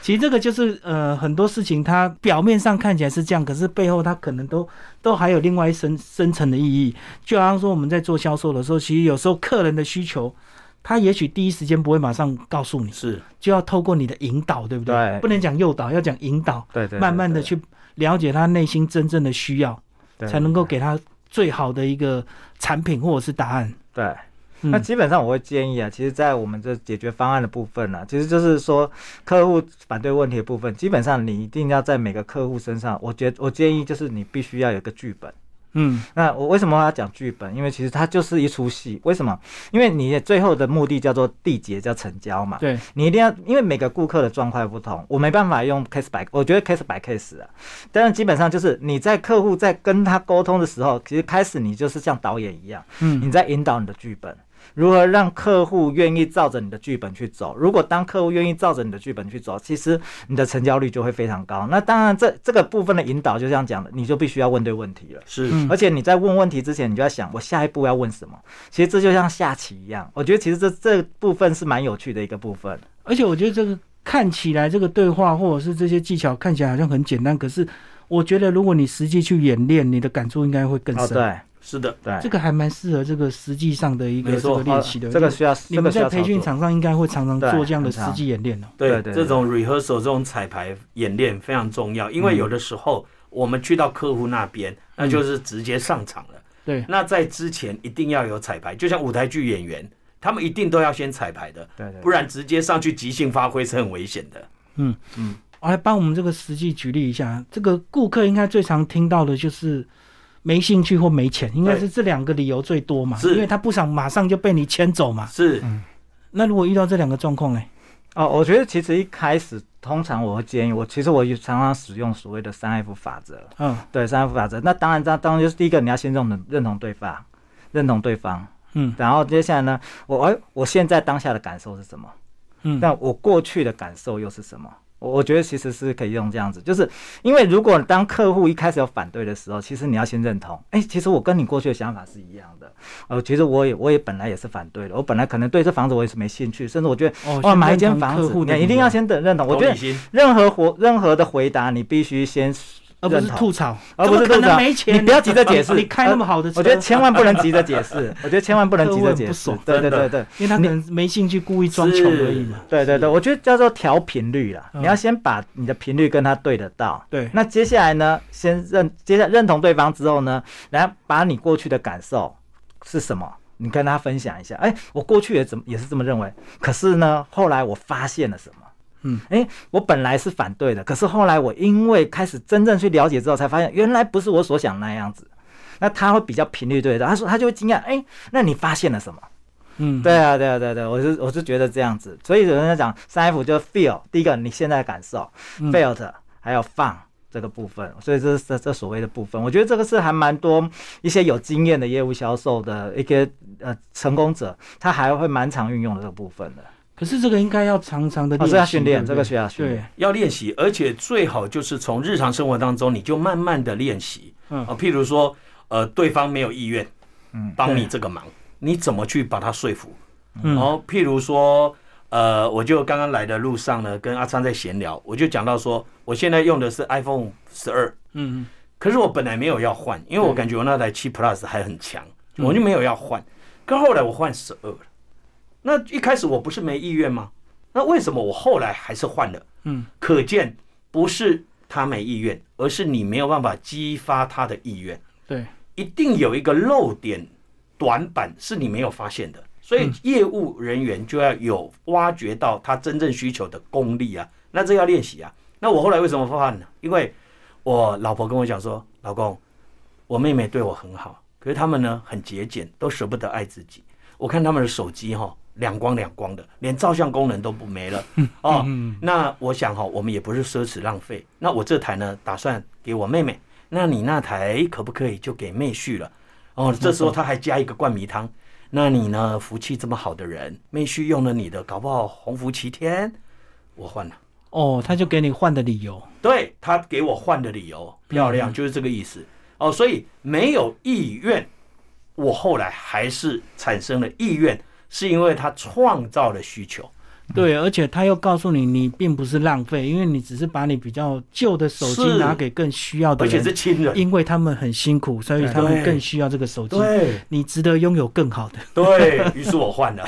[SPEAKER 1] 其实这个就是呃很多事情，它表面上看起来是这样，可是背后它可能都都还有另外一深深层的意义。就好像说我们在做销售的时候，其实有时候客人的需求，他也许第一时间不会马上告诉你，
[SPEAKER 2] 是
[SPEAKER 1] 就要透过你的引导，对不对？
[SPEAKER 3] 对
[SPEAKER 1] 不能讲诱导，要讲引导，
[SPEAKER 3] 对对，
[SPEAKER 1] 慢慢的去了解他内心真正的需要，
[SPEAKER 3] 对
[SPEAKER 1] 才能够给他最好的一个产品或者是答案。
[SPEAKER 3] 对。
[SPEAKER 1] 嗯
[SPEAKER 3] 那基本上我会建议啊，其实，在我们这解决方案的部分呢、啊其实就是说客户反对问题的部分，基本上你一定要在每个客户身上，我觉我建议就是你必须要有一个剧本。
[SPEAKER 1] 嗯。
[SPEAKER 3] 那我为什么要讲剧本？因为其实它就是一出戏。为什么？因为你最后的目的叫做缔结，叫成交嘛。
[SPEAKER 1] 对，
[SPEAKER 3] 你一定要，因为每个顾客的状况不同，我没办法用 case by，我觉得 case by case 啊。但是基本上就是你在客户在跟他沟通的时候，其实开始你就是像导演一样，
[SPEAKER 1] 嗯
[SPEAKER 3] 你在引导你的剧本。如何让客户愿意照着你的剧本去走？如果当客户愿意照着你的剧本去走，其实你的成交率就会非常高。那当然这，这个部分的引导就这样讲的，你就必须要问对问题了。
[SPEAKER 2] 是
[SPEAKER 1] 嗯
[SPEAKER 3] 而且你在问问题之前，你就要想我下一步要问什么。其实这就像下棋一样，我觉得其实这这部分是蛮有趣的一个部分。
[SPEAKER 1] 而且我觉得这个看起来这个对话或者是这些技巧看起来好像很简单，可是我觉得如果你实际去演练，你的感触应该会更
[SPEAKER 3] 哦，
[SPEAKER 1] 深。
[SPEAKER 3] 对
[SPEAKER 2] 是的，
[SPEAKER 3] 对，哦
[SPEAKER 1] 这个还蛮适合这个实际上的一个
[SPEAKER 2] 没
[SPEAKER 1] 这
[SPEAKER 2] 错
[SPEAKER 1] 个练习的。
[SPEAKER 3] 这个需要
[SPEAKER 1] 你
[SPEAKER 3] 这
[SPEAKER 1] 们
[SPEAKER 3] 个需要
[SPEAKER 1] 在培训
[SPEAKER 3] 操作
[SPEAKER 1] 场上应该会常常
[SPEAKER 3] 对
[SPEAKER 1] 做这样的
[SPEAKER 3] 很
[SPEAKER 1] 实
[SPEAKER 3] 常
[SPEAKER 1] 际演练哦。
[SPEAKER 2] 对
[SPEAKER 3] 对对
[SPEAKER 2] 这种 rehearsal 这种彩排演练非常重要，
[SPEAKER 3] 嗯
[SPEAKER 2] 因为有的时候我们去到客户那边，那就是直接上场了。
[SPEAKER 1] 对，
[SPEAKER 2] 那在之前一定要有彩排，就像舞台剧演员，他们一定都要先彩排的，
[SPEAKER 3] 对对对
[SPEAKER 2] 不然直接上去即兴发挥是很危险的。
[SPEAKER 1] 我来帮我们这个实际举例一下，这个顾客应该最常听到的就是。没兴趣或没钱，应该是这两个理由最多嘛，
[SPEAKER 2] 是
[SPEAKER 3] 嗯
[SPEAKER 1] 因为他不想马上就被你牵走嘛。
[SPEAKER 2] 是，
[SPEAKER 1] 那如果遇到这两个状况呢？哎
[SPEAKER 3] 哦，我觉得其实一开始，通常我会建议我，其实我也常常使用所谓的三 F 法则。
[SPEAKER 1] 嗯
[SPEAKER 3] 对，三 F 法则。那当然，当当然就是第一个，你要先认同认同对方，认同对方。
[SPEAKER 1] 嗯
[SPEAKER 3] 然后接下来呢，我哎，我现在当下的感受是什么？
[SPEAKER 1] 嗯，
[SPEAKER 3] 那我过去的感受又是什么？我我觉得其实是可以用这样子，就是因为如果当客户一开始有反对的时候，其实你要先认同，哎、其实我跟你过去的想法是一样的，呃，其实我也我也本来也是反对的，我本来可能对这房子我也是没兴趣，甚至我觉得
[SPEAKER 1] 哦
[SPEAKER 3] 哇、
[SPEAKER 1] 先
[SPEAKER 3] 买一
[SPEAKER 1] 认
[SPEAKER 3] 间
[SPEAKER 1] 同
[SPEAKER 3] 房
[SPEAKER 1] 客
[SPEAKER 3] 子，
[SPEAKER 1] 户的
[SPEAKER 3] 你一
[SPEAKER 1] 理
[SPEAKER 3] 定
[SPEAKER 1] 由
[SPEAKER 3] 要先等认同。我
[SPEAKER 2] 同
[SPEAKER 3] 觉
[SPEAKER 2] 理
[SPEAKER 3] 得
[SPEAKER 2] 心，
[SPEAKER 3] 任何活任何的回答，你必须先
[SPEAKER 1] 而不
[SPEAKER 3] 认
[SPEAKER 1] 是
[SPEAKER 3] 同
[SPEAKER 1] 吐槽，
[SPEAKER 3] 而不是
[SPEAKER 1] 怎么可
[SPEAKER 3] 吐
[SPEAKER 1] 能
[SPEAKER 3] 槽
[SPEAKER 1] 没钱，
[SPEAKER 3] 你不要急着解释
[SPEAKER 1] <laughs>
[SPEAKER 3] 呃
[SPEAKER 1] 你开那么好的车，
[SPEAKER 3] 我觉得千万不能急着解释，我觉得千万不能
[SPEAKER 1] 客
[SPEAKER 3] 急
[SPEAKER 1] 户
[SPEAKER 3] 着
[SPEAKER 1] 很
[SPEAKER 3] 解
[SPEAKER 1] 不 <laughs>
[SPEAKER 3] 释
[SPEAKER 1] 爽。
[SPEAKER 3] 对
[SPEAKER 2] 真
[SPEAKER 3] 对
[SPEAKER 2] 的
[SPEAKER 3] 对对，
[SPEAKER 1] 因为他可能没兴趣，故意装穷而已嘛。
[SPEAKER 3] 对对对，我觉得叫做调频率啦。
[SPEAKER 1] 嗯
[SPEAKER 3] 你要先把你的频率跟他对得到。
[SPEAKER 1] 对
[SPEAKER 3] 那接下来呢，先认接下来认同对方之后呢，然后把你过去的感受是什么，你跟他分享一下。哎，我过去也怎么也是这么认为，可是呢，后来我发现了什么？
[SPEAKER 1] 嗯，
[SPEAKER 3] 哎，我本来是反对的，可是后来我因为开始真正去了解之后，才发现原来不是我所想那样子。那他会比较频率对得到，他说他就会惊讶，哎，那你发现了什么？
[SPEAKER 1] 嗯，
[SPEAKER 3] <laughs> 对啊，对啊，对啊对啊，我是我是觉得这样子，所以有人在讲三 F 就是 feel，第一个你现在的感受、
[SPEAKER 1] 嗯
[SPEAKER 3] f e l t 还有 fun 这个部分，所以这是这这所谓的部分，我觉得这个是还蛮多一些有经验的业务销售的一个呃成功者，他还会蛮常运用的这个部分的，
[SPEAKER 1] 可是这个应该要常常的
[SPEAKER 3] 哦，
[SPEAKER 1] 练习
[SPEAKER 3] 这要训练，
[SPEAKER 1] 对不
[SPEAKER 3] 这
[SPEAKER 1] 对
[SPEAKER 3] 个需要训
[SPEAKER 1] 对
[SPEAKER 3] 练，，
[SPEAKER 2] 要练习，而且最好就是从日常生活当中，你就慢慢的练习。
[SPEAKER 1] 嗯
[SPEAKER 2] 啊，譬如说，呃，对方没有意愿，
[SPEAKER 3] 嗯，
[SPEAKER 2] 帮你
[SPEAKER 1] 对
[SPEAKER 2] 这个忙，你怎么去把他说服？然
[SPEAKER 1] 嗯
[SPEAKER 2] 后譬如说，呃，我就刚刚来的路上呢，跟阿昌在闲聊，我就讲到说，我现在用的是 iPhone 十二，
[SPEAKER 1] 嗯
[SPEAKER 2] 可是我本来没有要换，因为我感觉我那台七 Plus 还很强，我就没有要换。可后来我换十二了，那一开始我不是没意愿吗？那为什么我后来还是换了？
[SPEAKER 1] 嗯，
[SPEAKER 2] 可见不是他没意愿，而是你没有办法激发他的意愿。
[SPEAKER 1] 对，
[SPEAKER 2] 一定有一个漏点、短板是你没有发现的，所以业务人员就要有挖掘到他真正需求的功力啊，那这要练习啊。那我后来为什么发现呢？因为我老婆跟我讲说，老公，我妹妹对我很好，可是他们呢很节俭，都舍不得爱自己。我看他们的手机哈、亮光亮光的，连照相功能都不没了哦。那我想哈、我们也不是奢侈浪费。那我这台呢，打算给我妹妹，那你那台可不可以就给妹婿了？哦，这时候他还加一个灌米汤。那你呢？福气这么好的人，妹婿用了你的，搞不好鸿福齐天。我换了，
[SPEAKER 1] 哦，他就给你换的理由，
[SPEAKER 2] 对他给我换的理
[SPEAKER 1] 嗯
[SPEAKER 2] 由漂亮，就是这个意思。哦，所以没有意愿，我后来还是产生了意愿，是因为他创造了需求。
[SPEAKER 1] 对，而且他又告诉你，你并不是浪费，因为你只是把你比较旧的手机
[SPEAKER 2] 是
[SPEAKER 1] 拿给更需要的
[SPEAKER 2] 而
[SPEAKER 1] 人，
[SPEAKER 2] 且是亲人。
[SPEAKER 1] 因为他们很辛苦，所以他们
[SPEAKER 2] 对
[SPEAKER 1] 更需要这个手机，
[SPEAKER 2] 对
[SPEAKER 1] 你值得拥有更好的。
[SPEAKER 2] 对，于是我换
[SPEAKER 1] <laughs>
[SPEAKER 2] 了。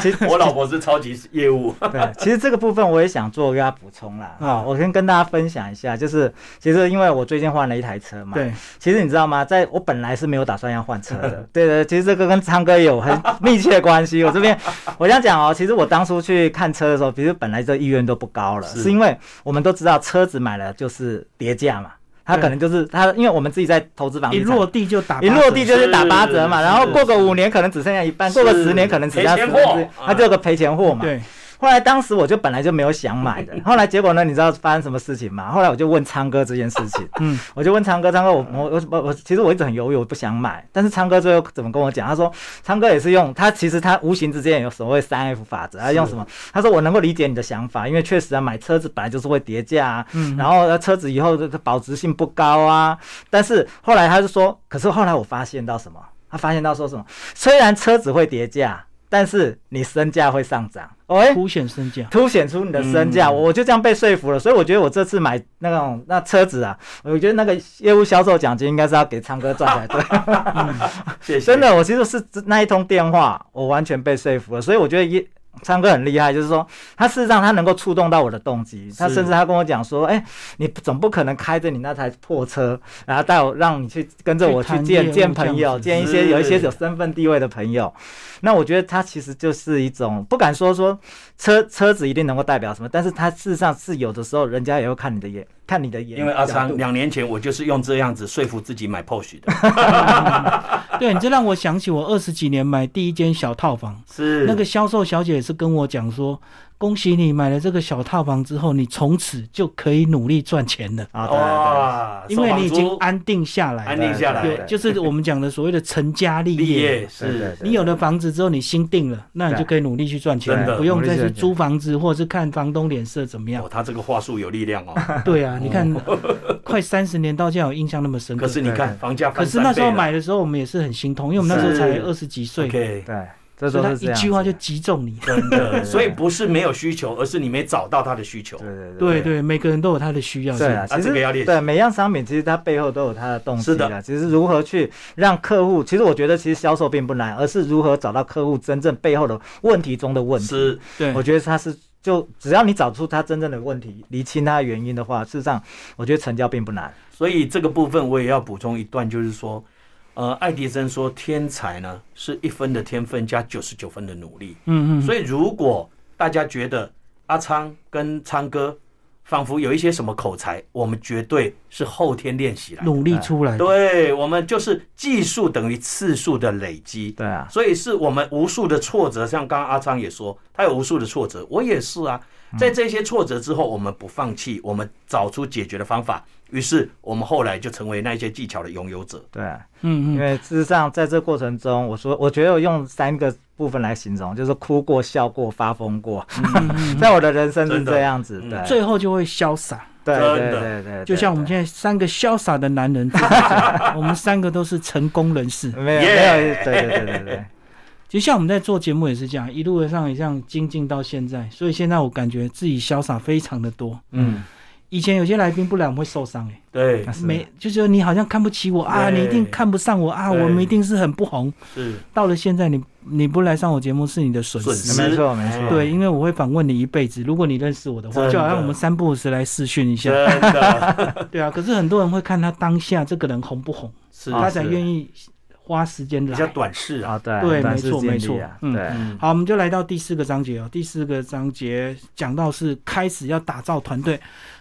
[SPEAKER 3] 其实
[SPEAKER 2] 我老婆是超级业务，
[SPEAKER 3] 对，其实这个部分我也想做给大家补充啦。
[SPEAKER 1] 嗯
[SPEAKER 3] 啊，我先跟大家分享一下，就是其实因为我最近换了一台车嘛，，
[SPEAKER 1] 对，
[SPEAKER 3] 其实你知道吗？在我本来是没有打算要换车的， <laughs> 对对，其实这个跟昌哥有很密切的关系。我这边 <laughs> 我想讲哦，其实我当初去看车的时候，其实本来这意愿都不高了，
[SPEAKER 2] 是
[SPEAKER 3] 是因为我们都知道车子买了就是叠价嘛，它可能就是它，因为我们自己在投资房地
[SPEAKER 1] 一
[SPEAKER 3] 产
[SPEAKER 1] 落地就打八折，
[SPEAKER 3] 一落地就是打八折嘛，
[SPEAKER 2] 是
[SPEAKER 3] 然后过个
[SPEAKER 2] 是
[SPEAKER 3] 五年可能只剩下一半，
[SPEAKER 2] 是
[SPEAKER 3] 过个十年可能只剩下
[SPEAKER 2] 赔
[SPEAKER 3] 十
[SPEAKER 2] 钱
[SPEAKER 3] 分
[SPEAKER 2] 货啊
[SPEAKER 3] 之一，它就有个赔钱货嘛。
[SPEAKER 1] 对，
[SPEAKER 3] 后来当时我就本来就没有想买的，后来结果呢，你知道发生什么事情吗？后来我就问昌哥这件事情，
[SPEAKER 1] 嗯，
[SPEAKER 3] 我就问昌哥，昌哥我我我我我其实我一直很犹豫，我不想买，但是昌哥最后怎么跟我讲？他说昌哥也是用他其实他无形之间有所谓三 F 法则，他用什么？他说我能够理解你的想法，因为确实啊，买车子本来就是会叠价啊，
[SPEAKER 1] 嗯
[SPEAKER 3] 然后呢车子以后的保值性不高啊，但是后来他就说，可是后来我发现到什么？他发现到说什么？虽然车子会叠价，但是你身价会上涨。哦，哎
[SPEAKER 1] 凸显身价。
[SPEAKER 3] 凸显出你的身价，
[SPEAKER 2] 嗯
[SPEAKER 3] 我就这样被说服了，所以我觉得我这次买那种那车子啊，我觉得那个业务销售奖金应该是要给昌哥赚才对。
[SPEAKER 2] 谢谢。
[SPEAKER 3] 真的，我其实是那一通电话，我完全被说服了，所以我觉得业昌哥很厉害，就是说他事实上他能够触动到我的动机，他
[SPEAKER 2] 是
[SPEAKER 3] 甚至他跟我讲说，哎、你总不可能开着你那台破车，然后带我让你去跟着我
[SPEAKER 1] 去
[SPEAKER 3] 去
[SPEAKER 1] 谈业
[SPEAKER 3] 见
[SPEAKER 1] 务
[SPEAKER 3] 见朋
[SPEAKER 1] 这样
[SPEAKER 3] 友，
[SPEAKER 1] 子
[SPEAKER 3] 见一些
[SPEAKER 2] 是
[SPEAKER 3] 有一些有身份地位的朋友，那我觉得他其实就是一种不敢说说车车子一定能够代表什么，但是他事实上是有的时候人家也会看你的眼，看你的眼角度，
[SPEAKER 2] 因为阿昌两年前我就是用这样子说服自己买 POS
[SPEAKER 1] <laughs>
[SPEAKER 2] 的，
[SPEAKER 1] 对，你这让我想起我二十几年买第一间小套房，
[SPEAKER 2] 是
[SPEAKER 1] 那个销售小姐也是跟我讲说，恭喜你买了这个小套房之后，你从此就可以努力赚钱了，
[SPEAKER 3] 啊，对对
[SPEAKER 2] 哇，
[SPEAKER 1] 因为你已
[SPEAKER 2] 收房
[SPEAKER 1] 经
[SPEAKER 2] 租
[SPEAKER 1] 安定下来
[SPEAKER 2] 安
[SPEAKER 1] 了，
[SPEAKER 2] 定下来
[SPEAKER 3] 对
[SPEAKER 1] 有
[SPEAKER 2] 了，
[SPEAKER 1] 就是我们讲的所谓的成家立
[SPEAKER 2] 立
[SPEAKER 1] 业。
[SPEAKER 2] 业
[SPEAKER 3] 对对
[SPEAKER 2] 是
[SPEAKER 3] 对
[SPEAKER 1] 你有了房子之后，你心定了，那你就可以努力去赚钱
[SPEAKER 2] 真
[SPEAKER 1] 了，
[SPEAKER 2] 的
[SPEAKER 1] 不用再
[SPEAKER 3] 努
[SPEAKER 1] 去
[SPEAKER 3] 力去赚钱
[SPEAKER 1] 租房子或是看房东脸色怎么样
[SPEAKER 2] 哦，。他这个话术有力量哦。
[SPEAKER 1] <laughs> 对啊，你
[SPEAKER 2] <laughs>
[SPEAKER 1] 看，快三十年到现在，我印象那么深刻。
[SPEAKER 2] 可是你看房价翻
[SPEAKER 1] 可是
[SPEAKER 2] 三
[SPEAKER 1] 那时候
[SPEAKER 2] 倍了
[SPEAKER 1] 买的时候，我们也是很心痛，因为我们那时候才
[SPEAKER 2] 是
[SPEAKER 1] 二十几岁，
[SPEAKER 2] ，OK，
[SPEAKER 3] 对，这
[SPEAKER 1] 所
[SPEAKER 3] 都
[SPEAKER 1] 以他
[SPEAKER 3] 是这
[SPEAKER 1] 一
[SPEAKER 3] 样子啊
[SPEAKER 1] 句话就击中你。<laughs>
[SPEAKER 2] 真的，所以不是没有需求，而是你没找到他的需求。
[SPEAKER 3] 对对
[SPEAKER 1] 对对，每个人都有他的需要。
[SPEAKER 3] 对啊，
[SPEAKER 2] 啊
[SPEAKER 3] 其
[SPEAKER 2] 这
[SPEAKER 3] 实
[SPEAKER 2] 个要练习
[SPEAKER 3] 对每样商品，其实它背后都有它的动机
[SPEAKER 2] 是的
[SPEAKER 3] 啦。其实如何去让客户，其实我觉得其实销售并不难，而是如何找到客户真正背后的问题中的问题。
[SPEAKER 2] 是
[SPEAKER 1] 对
[SPEAKER 3] 我觉得它是就只要你找出它真正的问题，厘清它的原因的话，事实上我觉得成交并不难。
[SPEAKER 2] 所以这个部分我也要补充一段，就是说，呃，爱迪生说，天才呢是一分的天分加九十九分的努力。
[SPEAKER 1] 嗯嗯，
[SPEAKER 2] 所以如果大家觉得阿昌跟昌哥仿佛有一些什么口才，我们绝对是后天练习
[SPEAKER 3] 啊
[SPEAKER 2] 来的。
[SPEAKER 1] 努力出来。
[SPEAKER 2] 对，我们就是技术等于次数的累积。
[SPEAKER 3] 对啊，
[SPEAKER 2] 所以是我们无数的挫折，像刚刚阿昌也说，他有无数的挫折，我也是啊。
[SPEAKER 3] 嗯
[SPEAKER 2] 在这些挫折之后，我们不放弃，我们找出解决的方法，于是我们后来就成为那些技巧的拥有者。
[SPEAKER 3] 对啊。
[SPEAKER 1] 嗯
[SPEAKER 3] 因
[SPEAKER 1] 嗯，
[SPEAKER 3] 为事实上，在这过程中，我说，我觉得我用三个部分来形容，就是哭过、笑过、发疯过。 <laughs> 在我的人生是
[SPEAKER 2] 真的
[SPEAKER 3] 这样子，
[SPEAKER 2] 嗯
[SPEAKER 3] 对，
[SPEAKER 1] 最后就会潇洒，
[SPEAKER 3] 对
[SPEAKER 2] 真
[SPEAKER 3] 对
[SPEAKER 2] 的
[SPEAKER 3] 对啊对对，
[SPEAKER 1] 就像我们
[SPEAKER 3] 对
[SPEAKER 1] 现在三个潇洒的男人坐在这
[SPEAKER 3] <laughs>
[SPEAKER 1] 里，我们三个都是成功人士。
[SPEAKER 3] 没有没有，对对对对对，
[SPEAKER 1] 其实像我们在做节目也是这样，一路上也这样精进到现在，所以现在我感觉自己潇洒非常的多。
[SPEAKER 3] 嗯，
[SPEAKER 1] 以前有些来宾不来我们会受伤哎、
[SPEAKER 2] 对，
[SPEAKER 3] 是啊
[SPEAKER 1] 没就是你好像看不起我啊，
[SPEAKER 2] 对
[SPEAKER 1] 你一定看不上我啊，
[SPEAKER 2] 对
[SPEAKER 1] 我们一定是很不红。
[SPEAKER 2] 是
[SPEAKER 1] 到了现在你你不来上我节目是你的损
[SPEAKER 2] 损
[SPEAKER 1] 失
[SPEAKER 2] 失，哎
[SPEAKER 3] 没错没错
[SPEAKER 1] 对，因为我会访问你一辈子。如果你认识我的话，
[SPEAKER 2] 真的
[SPEAKER 1] 就好像我们三不五时来试训一
[SPEAKER 2] 真
[SPEAKER 1] 下，
[SPEAKER 2] 的
[SPEAKER 1] 对啊。可是很多人会看他当下这个人红不红，
[SPEAKER 2] 是
[SPEAKER 1] 他
[SPEAKER 3] 啊
[SPEAKER 1] 才
[SPEAKER 3] 是
[SPEAKER 1] 愿意花时间
[SPEAKER 2] 比
[SPEAKER 1] 来
[SPEAKER 2] 较。短视啊。
[SPEAKER 3] 啊对
[SPEAKER 1] 对
[SPEAKER 3] 短
[SPEAKER 1] 没
[SPEAKER 3] 视
[SPEAKER 1] 错
[SPEAKER 3] 近
[SPEAKER 1] 没
[SPEAKER 3] 利
[SPEAKER 1] 错
[SPEAKER 3] 啊
[SPEAKER 1] 嗯
[SPEAKER 3] 对，
[SPEAKER 2] 嗯，
[SPEAKER 1] 好，我们就来到第四个章节哦。第四个章节讲到是开始要打造团队，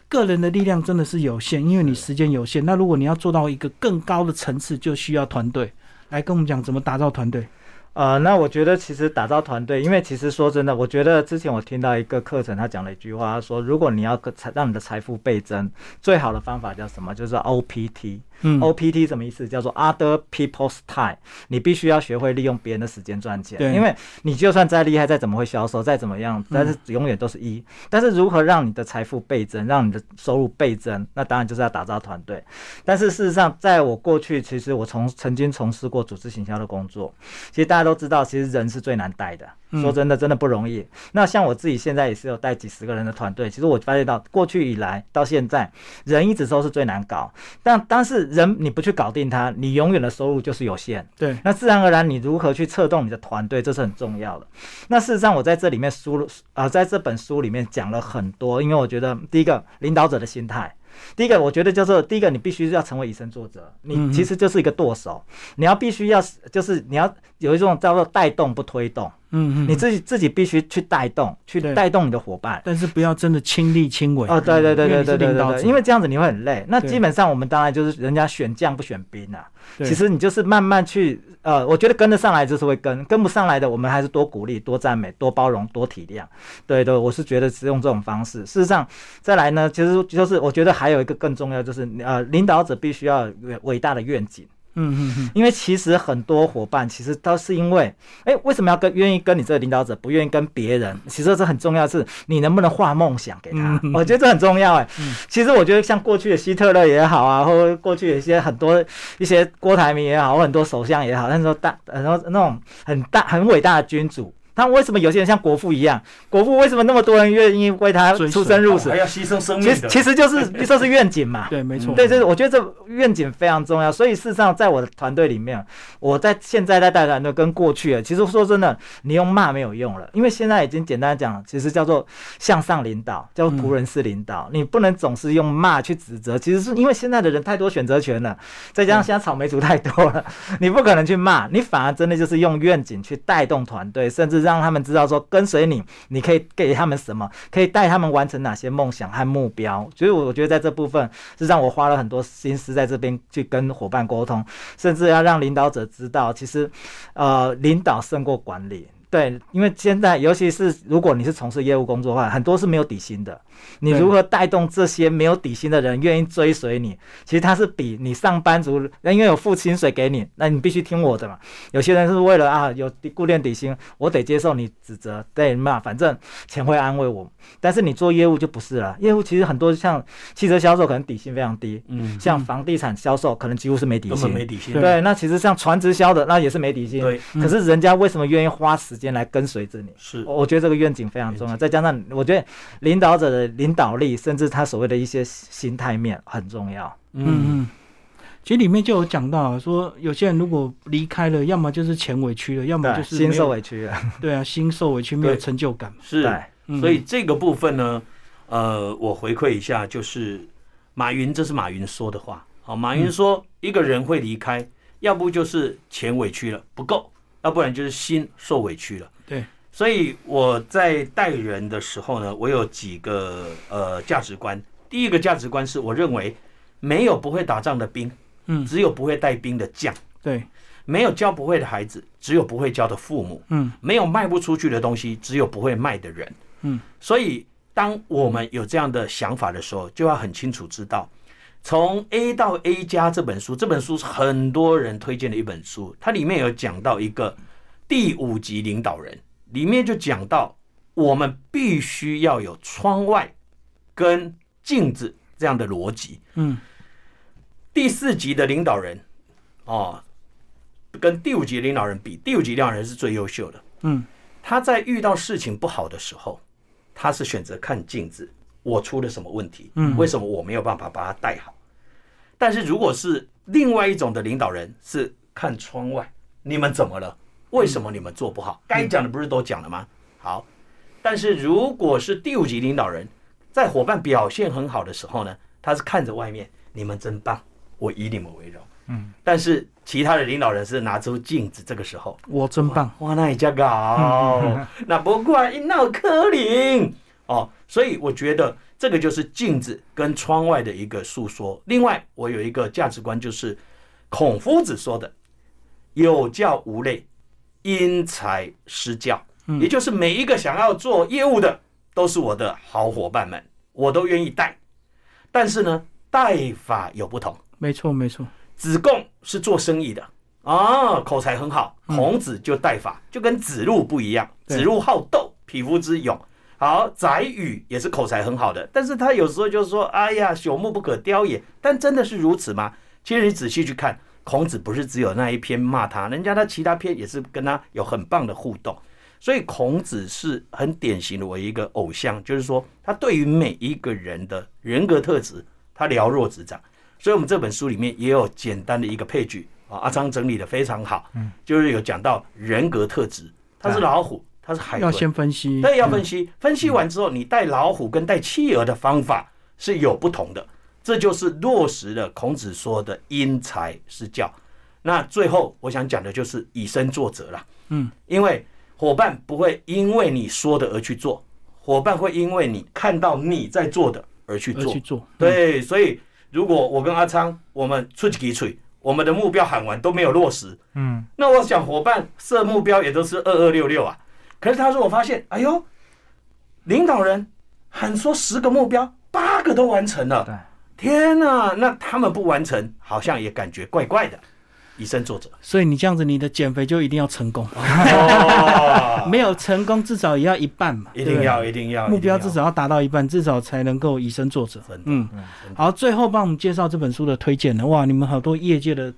[SPEAKER 1] 个人的力量真的是有限，因为你时间有限。那如果你要做到一个更高的层次，就需要团队。来跟我们讲怎么打造团队。
[SPEAKER 3] 呃，那我觉得其实打造团队，因为其实说真的，我觉得之前我听到一个课程，他讲了一句话，他说如果你要个财让你的财富倍增，最好的方法叫什么？就是 OPT。
[SPEAKER 1] 嗯
[SPEAKER 3] OPT 什么意思？叫做 Other People's Time。你必须要学会利用别人的时间赚钱，
[SPEAKER 1] 对
[SPEAKER 3] 因为你就算再厉害，再怎么会销售，再怎么样，但是永远都是一。但是如何让你的财富倍增，让你的收入倍增，那当然就是要打造团队。但是事实上，在我过去，其实我从曾经从事过组织行销的工作。其实大家都知道，其实人是最难带的。
[SPEAKER 1] 嗯
[SPEAKER 3] 说真的，真的不容易。那像我自己现在也是有带几十个人的团队，其实我发现到过去以来到现在，人一直都是最难搞。但但是人你不去搞定他，你永远的收入就是有限。
[SPEAKER 1] 对，嗯
[SPEAKER 3] 那自然而然，你如何去策动你的团队，这是很重要的。那事实上，我在这里面书啊、在这本书里面讲了很多，因为我觉得第一个领导者的心态，第一个我觉得叫做第一个，你必须要成为以身作则，
[SPEAKER 1] 嗯
[SPEAKER 3] 你
[SPEAKER 1] 哼
[SPEAKER 3] 其实就是一个舵手，你要必须要就是你要有一种叫做带动不推动，
[SPEAKER 1] 嗯嗯，
[SPEAKER 3] 你自己自己必须去带动，去
[SPEAKER 1] 对
[SPEAKER 3] 带动你的伙伴。
[SPEAKER 1] 但是不要真的亲力亲为。
[SPEAKER 3] 哦，对对对
[SPEAKER 1] 因为
[SPEAKER 3] 对
[SPEAKER 1] 你是
[SPEAKER 3] 对对
[SPEAKER 1] 领导
[SPEAKER 3] 对
[SPEAKER 1] 者
[SPEAKER 3] 对，因为这样子你会很累。那
[SPEAKER 1] 对
[SPEAKER 3] 基本上我们当然就是人家选将不选兵啊，
[SPEAKER 1] 对
[SPEAKER 3] 其实你就是慢慢去，呃，我觉得跟得上来就是会跟，跟不上来的我们还是多鼓励、多赞美、多包容、多体谅。对对，我是觉得是用这种方式。事实上，再来呢，其实就是我觉得还有一个更重要，就是呃，领导者必须要有伟大的愿景。
[SPEAKER 1] 嗯嗯嗯，
[SPEAKER 3] 因为其实很多伙伴其实都是因为，哎，为什么要跟愿意跟你这个领导者，不愿意跟别人？其实这很重要，是你能不能画梦想给他？
[SPEAKER 1] 嗯
[SPEAKER 3] 我觉得这很重要哎、
[SPEAKER 1] 嗯
[SPEAKER 3] 其实我觉得像过去的希特勒也好啊，或者过去有一些很多一些郭台铭也好，或很多首相也好，那时候大，然后那种很大很伟大的君主。他为什么有些人像国父一样？国父为什么那么多人愿意为他
[SPEAKER 1] 追随哦
[SPEAKER 3] 出生入死
[SPEAKER 2] 还？要牺牲生
[SPEAKER 3] 其
[SPEAKER 2] 命
[SPEAKER 3] 实
[SPEAKER 2] 的，
[SPEAKER 3] 其实就是这是愿景嘛。
[SPEAKER 1] 对，没
[SPEAKER 2] 嗯
[SPEAKER 1] 错。
[SPEAKER 3] 对，这是我觉得这愿景非常重要。所以事实上，在我的团队里面，我在现在在带团队跟过去，其实说真的，你用骂没有用了，因为现在已经简单讲，其实叫做向上领导，叫做仆人式领导。你不能总是用骂去指责，其实是因为现在的人太多选择权了，再加上现在草莓族太多了，你不可能去骂，你反而真的就是用愿景去带动团队，甚至让他们知道说跟随你，你可以给他们什么，可以带他们完成哪些梦想和目标。所以我觉得在这部分是让我花了很多心思在这边去跟伙伴沟通，甚至要让领导者知道，其实，呃，领导胜过管理。对，因为现在尤其是如果你是从事业务工作的话，很多是没有底薪的。你
[SPEAKER 1] 对
[SPEAKER 3] 如何带动这些没有底薪的人愿意追随你？其实他是比你上班族，那因为有付薪水给你，那你必须听我的嘛。有些人是为了啊有固定底薪，我得接受你指责，对嘛？反正钱会安慰我。但是你做业务就不是了，业务其实很多像汽车销售可能底薪非常低，
[SPEAKER 2] 嗯，
[SPEAKER 3] 像房地产销售可能几乎是没底
[SPEAKER 2] 根本
[SPEAKER 3] 薪，
[SPEAKER 2] 没底薪。
[SPEAKER 3] 对，那其实像传直销的，那也是没底薪。
[SPEAKER 2] 对，
[SPEAKER 1] 嗯
[SPEAKER 3] 可是人家为什么愿意花时间来跟随着你？
[SPEAKER 2] 是
[SPEAKER 3] 我我觉得这个愿景非常重
[SPEAKER 2] 嗯
[SPEAKER 3] 要，再加上我觉得领导者的领导力，甚至他所谓的一些心态面很重要。
[SPEAKER 1] 嗯，嗯，其实里面就有讲到啊说，有些人如果离开了，要么就是钱委屈了，要么
[SPEAKER 3] 对，
[SPEAKER 1] 就是
[SPEAKER 3] 心
[SPEAKER 1] 没
[SPEAKER 3] 受
[SPEAKER 1] 有
[SPEAKER 3] 委屈了。
[SPEAKER 1] 对啊，心受委屈，没有
[SPEAKER 2] 对
[SPEAKER 1] 成就感嘛。
[SPEAKER 2] 是
[SPEAKER 3] 对，
[SPEAKER 1] 嗯
[SPEAKER 2] 所以这个部分呢，呃，我回馈一下，就是马云，这是马云说的话。好，马云说，一个人会离开，要不就是钱委屈了不够，要不然就是心受委屈了。
[SPEAKER 1] 对，
[SPEAKER 2] 所以我在带人的时候呢，我有几个呃价值观。第一个价值观是我认为没有不会打仗的兵，
[SPEAKER 1] 嗯
[SPEAKER 2] 只有不会带兵的将；
[SPEAKER 1] 对，
[SPEAKER 2] 没有教不会的孩子，只有不会教的父母。
[SPEAKER 1] 嗯
[SPEAKER 2] 没有卖不出去的东西，只有不会卖的人。
[SPEAKER 1] 嗯，
[SPEAKER 2] 所以当我们有这样的想法的时候，就要很清楚知道，从 A 到 A 加这本书，这本书是很多人推荐的一本书，它里面有讲到一个第五级领导人，里面就讲到我们必须要有窗外跟镜子这样的逻辑。
[SPEAKER 1] 嗯
[SPEAKER 2] 第四级的领导人，哦，跟第五级领导人比，第五级领导人是最优秀的。
[SPEAKER 1] 嗯
[SPEAKER 2] 他在遇到事情不好的时候，他是选择看镜子，我出了什么问题？
[SPEAKER 1] 嗯
[SPEAKER 2] 为什么我没有办法把它带好？但是如果是另外一种的领导人，是看窗外，你们怎么了？为什么你们做不好？该讲的不是都讲了吗？好，但是如果是第五级领导人，在伙伴表现很好的时候呢，他是看着外面，你们真棒，我以你们为荣。嗯，但是其他的领导人是拿出镜子，这个时候
[SPEAKER 1] 我真棒。
[SPEAKER 2] 哇，那也叫搞，哦那不怪一闹柯林哦。所以我觉得这个就是镜子跟窗外的一个诉说。另外，我有一个价值观，就是孔夫子说的“有教无类，因材施教”，也就是每一个想要做业务的都是我的好伙伴们，我都愿意带。但是呢，带法有不同。
[SPEAKER 1] 没错，没错，
[SPEAKER 2] 子贡是做生意的啊，口才很好。孔子就带法，就跟子路不一样。
[SPEAKER 1] 对
[SPEAKER 2] 子路好斗，匹夫之勇。好，宰予也是口才很好的，但是他有时候就说：“哎呀，朽木不可雕也。”但真的是如此吗？其实你仔细去看，孔子不是只有那一篇骂他，人家他其他篇也是跟他有很棒的互动。所以孔子是很典型的我一个偶像，就是说他对于每一个人的人格特质，他了若指掌。所以我们这本书里面也有简单的一个配句啊，阿张整理的非常好，嗯，就是有讲到人格特质，他是老虎，他是海
[SPEAKER 1] 要
[SPEAKER 2] 豚，
[SPEAKER 1] 先分析。嗯
[SPEAKER 2] 对，要分析，分析完之后，你带老虎跟带企鹅的方法是有不同的，这就是落实了孔子说的因材施教。那最后我想讲的就是以身作则啦，
[SPEAKER 1] 嗯，
[SPEAKER 2] 因为伙伴不会因为你说的而去做，伙伴会因为你看到你在做的而去
[SPEAKER 1] 而
[SPEAKER 2] 做
[SPEAKER 1] 去。做。
[SPEAKER 2] 对，所以如果我跟阿昌，我们出去吹，我们的目标喊完都没有落实，
[SPEAKER 3] 嗯，
[SPEAKER 2] 那我想伙伴设目标也都是二二六六啊。可是他说我发现，哎呦，领导人喊说十个目标，八个都完成了，
[SPEAKER 3] 对。
[SPEAKER 2] 天哪！那他们不完成，好像也感觉怪怪的。以身
[SPEAKER 1] <laughs>
[SPEAKER 2] 作则， <laughs>
[SPEAKER 1] 所以你这样子，你的减肥就一定要成功，
[SPEAKER 2] 哦
[SPEAKER 1] 没有成功至少也要一半嘛，对
[SPEAKER 2] 一
[SPEAKER 1] 不
[SPEAKER 2] 定
[SPEAKER 1] 对
[SPEAKER 2] 要，一定要，
[SPEAKER 1] <laughs> 目
[SPEAKER 2] 一定
[SPEAKER 1] 标
[SPEAKER 2] 要
[SPEAKER 1] 至少要达到一半，至少才能够以身作则
[SPEAKER 2] 真的。
[SPEAKER 1] 嗯，好，最后帮我们介绍这本书的推荐呢。哇，你们好多业界的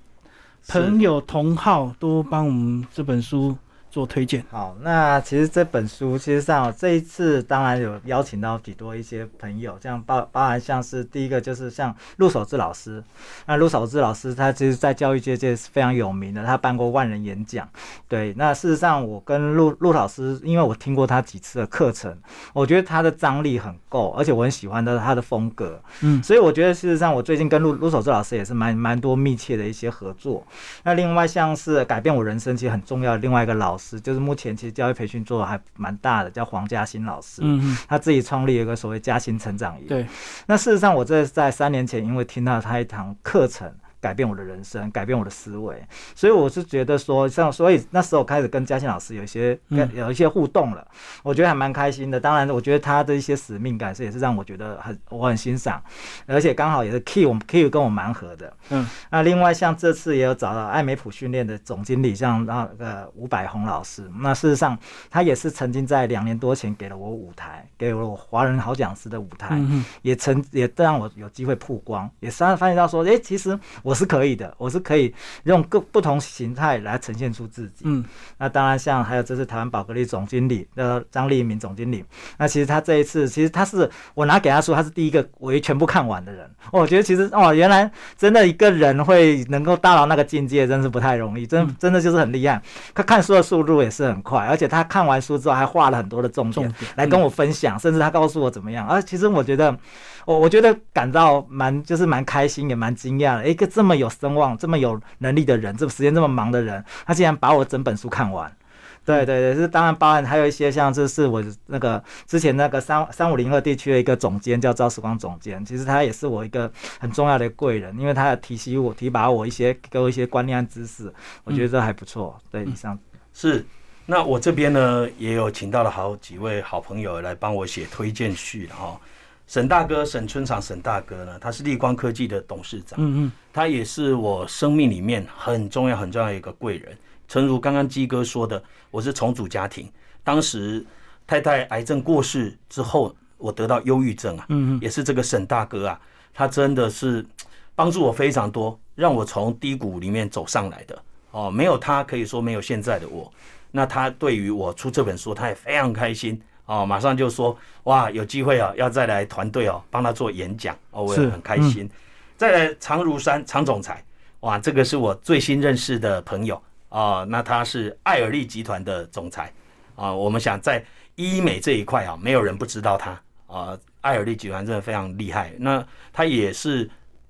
[SPEAKER 1] 朋友同好都帮我们这本书做推荐。
[SPEAKER 3] 好，那其实这本书，其实上哦这一次当然有邀请到许多一些朋友，这样包包含像是第一个就是像陆守志老师，那陆守志老师他其实在教育界界是非常有名的，他办过万人演讲。对，那事实上我跟陆陆老师，因为我听过他几次的课程，我觉得他的张力很够，而且我很喜欢他的他的风格。
[SPEAKER 1] 嗯
[SPEAKER 3] 所以我觉得事实上我最近跟陆陆守志老师也是蛮蛮多密切的一些合作。那另外像是改变我人生，其实很重要的另外一个老师，就是目前其实教育培训做的还蛮大的，叫黄嘉欣老师。
[SPEAKER 1] 嗯嗯，
[SPEAKER 3] 他自己创立了一个所谓嘉欣成长营。
[SPEAKER 1] 对，
[SPEAKER 3] 那事实上，我这在三年前因为听到他一堂课程。改变我的人生，改变我的思维。所以我是觉得说，像所以那时候开始跟嘉欣老师有一些
[SPEAKER 1] 嗯
[SPEAKER 3] 跟有一些互动了，我觉得还蛮开心的。当然，我觉得他的一些使命感是也是让我觉得很我很欣赏，而且刚好也是 Key 我们 Key 跟我蛮合的。
[SPEAKER 1] 嗯，
[SPEAKER 3] 那另外像这次也有找到爱美普训练的总经理，像那个吴百宏老师。那事实上，他也是曾经在两年多前给了我舞台，给了我华人好讲师的舞台，
[SPEAKER 1] 嗯
[SPEAKER 3] 也曾也让我有机会曝光，也发发现到说，诶，其实我是可以的，我是可以用各不同形态来呈现出自己。
[SPEAKER 1] 嗯
[SPEAKER 3] 那当然，像还有这次台湾宝格丽总经理，呃，张立明总经理，那其实他这一次，其实他是我拿给他说，他是第一个我全部看完的人。哦我觉得其实哦，原来真的一个人会能够到达那个境界，真是不太容易，
[SPEAKER 1] 嗯
[SPEAKER 3] 真真的就是很厉害。他看书的速度也是很快，而且他看完书之后还画了很多的重
[SPEAKER 1] 重
[SPEAKER 3] 点
[SPEAKER 1] 点嗯
[SPEAKER 3] 来跟我分享，甚至他告诉我怎么样。啊，其实我觉得。我我觉得感到蛮就是蛮开心，也蛮惊讶的。一个这么有声望、这么有能力的人，这时间这么忙的人，他竟然把我整本书看完。对对对，是当然包含还有一些像这是我那个之前那个三三五零二地区的一个总监叫赵时光总监，其实他也是我一个很重要的贵人，因为他提醒我提拔我一些给我一些观念和知识，我觉得这还不错。对，以上
[SPEAKER 2] 是，那我这边呢也有请到了好几位好朋友来帮我写推荐序了哈、沈大哥，沈村长，沈大哥呢，他是立光科技的董事长，
[SPEAKER 1] 嗯嗯
[SPEAKER 2] 他也是我生命里面很重要、很重要的一个贵人。诚如刚刚鸡哥说的，我是重组家庭，当时太太癌症过世之后，我得到忧郁症啊，
[SPEAKER 1] 嗯
[SPEAKER 2] 也是这个沈大哥啊，他真的是帮助我非常多，让我从低谷里面走上来的。哦，没有他，可以说没有现在的我。那他对于我出这本书，他也非常开心哦，马上就说哇，有机会啊，要再来团队哦，帮他做演讲哦，我也
[SPEAKER 1] 是嗯
[SPEAKER 2] 很开心。再来常如山常总裁，哇，这个是我最新认识的朋友啊、那他是艾尔利集团的总裁啊、我们想在医美这一块啊，没有人不知道他啊、艾尔利集团真的非常厉害。那他也是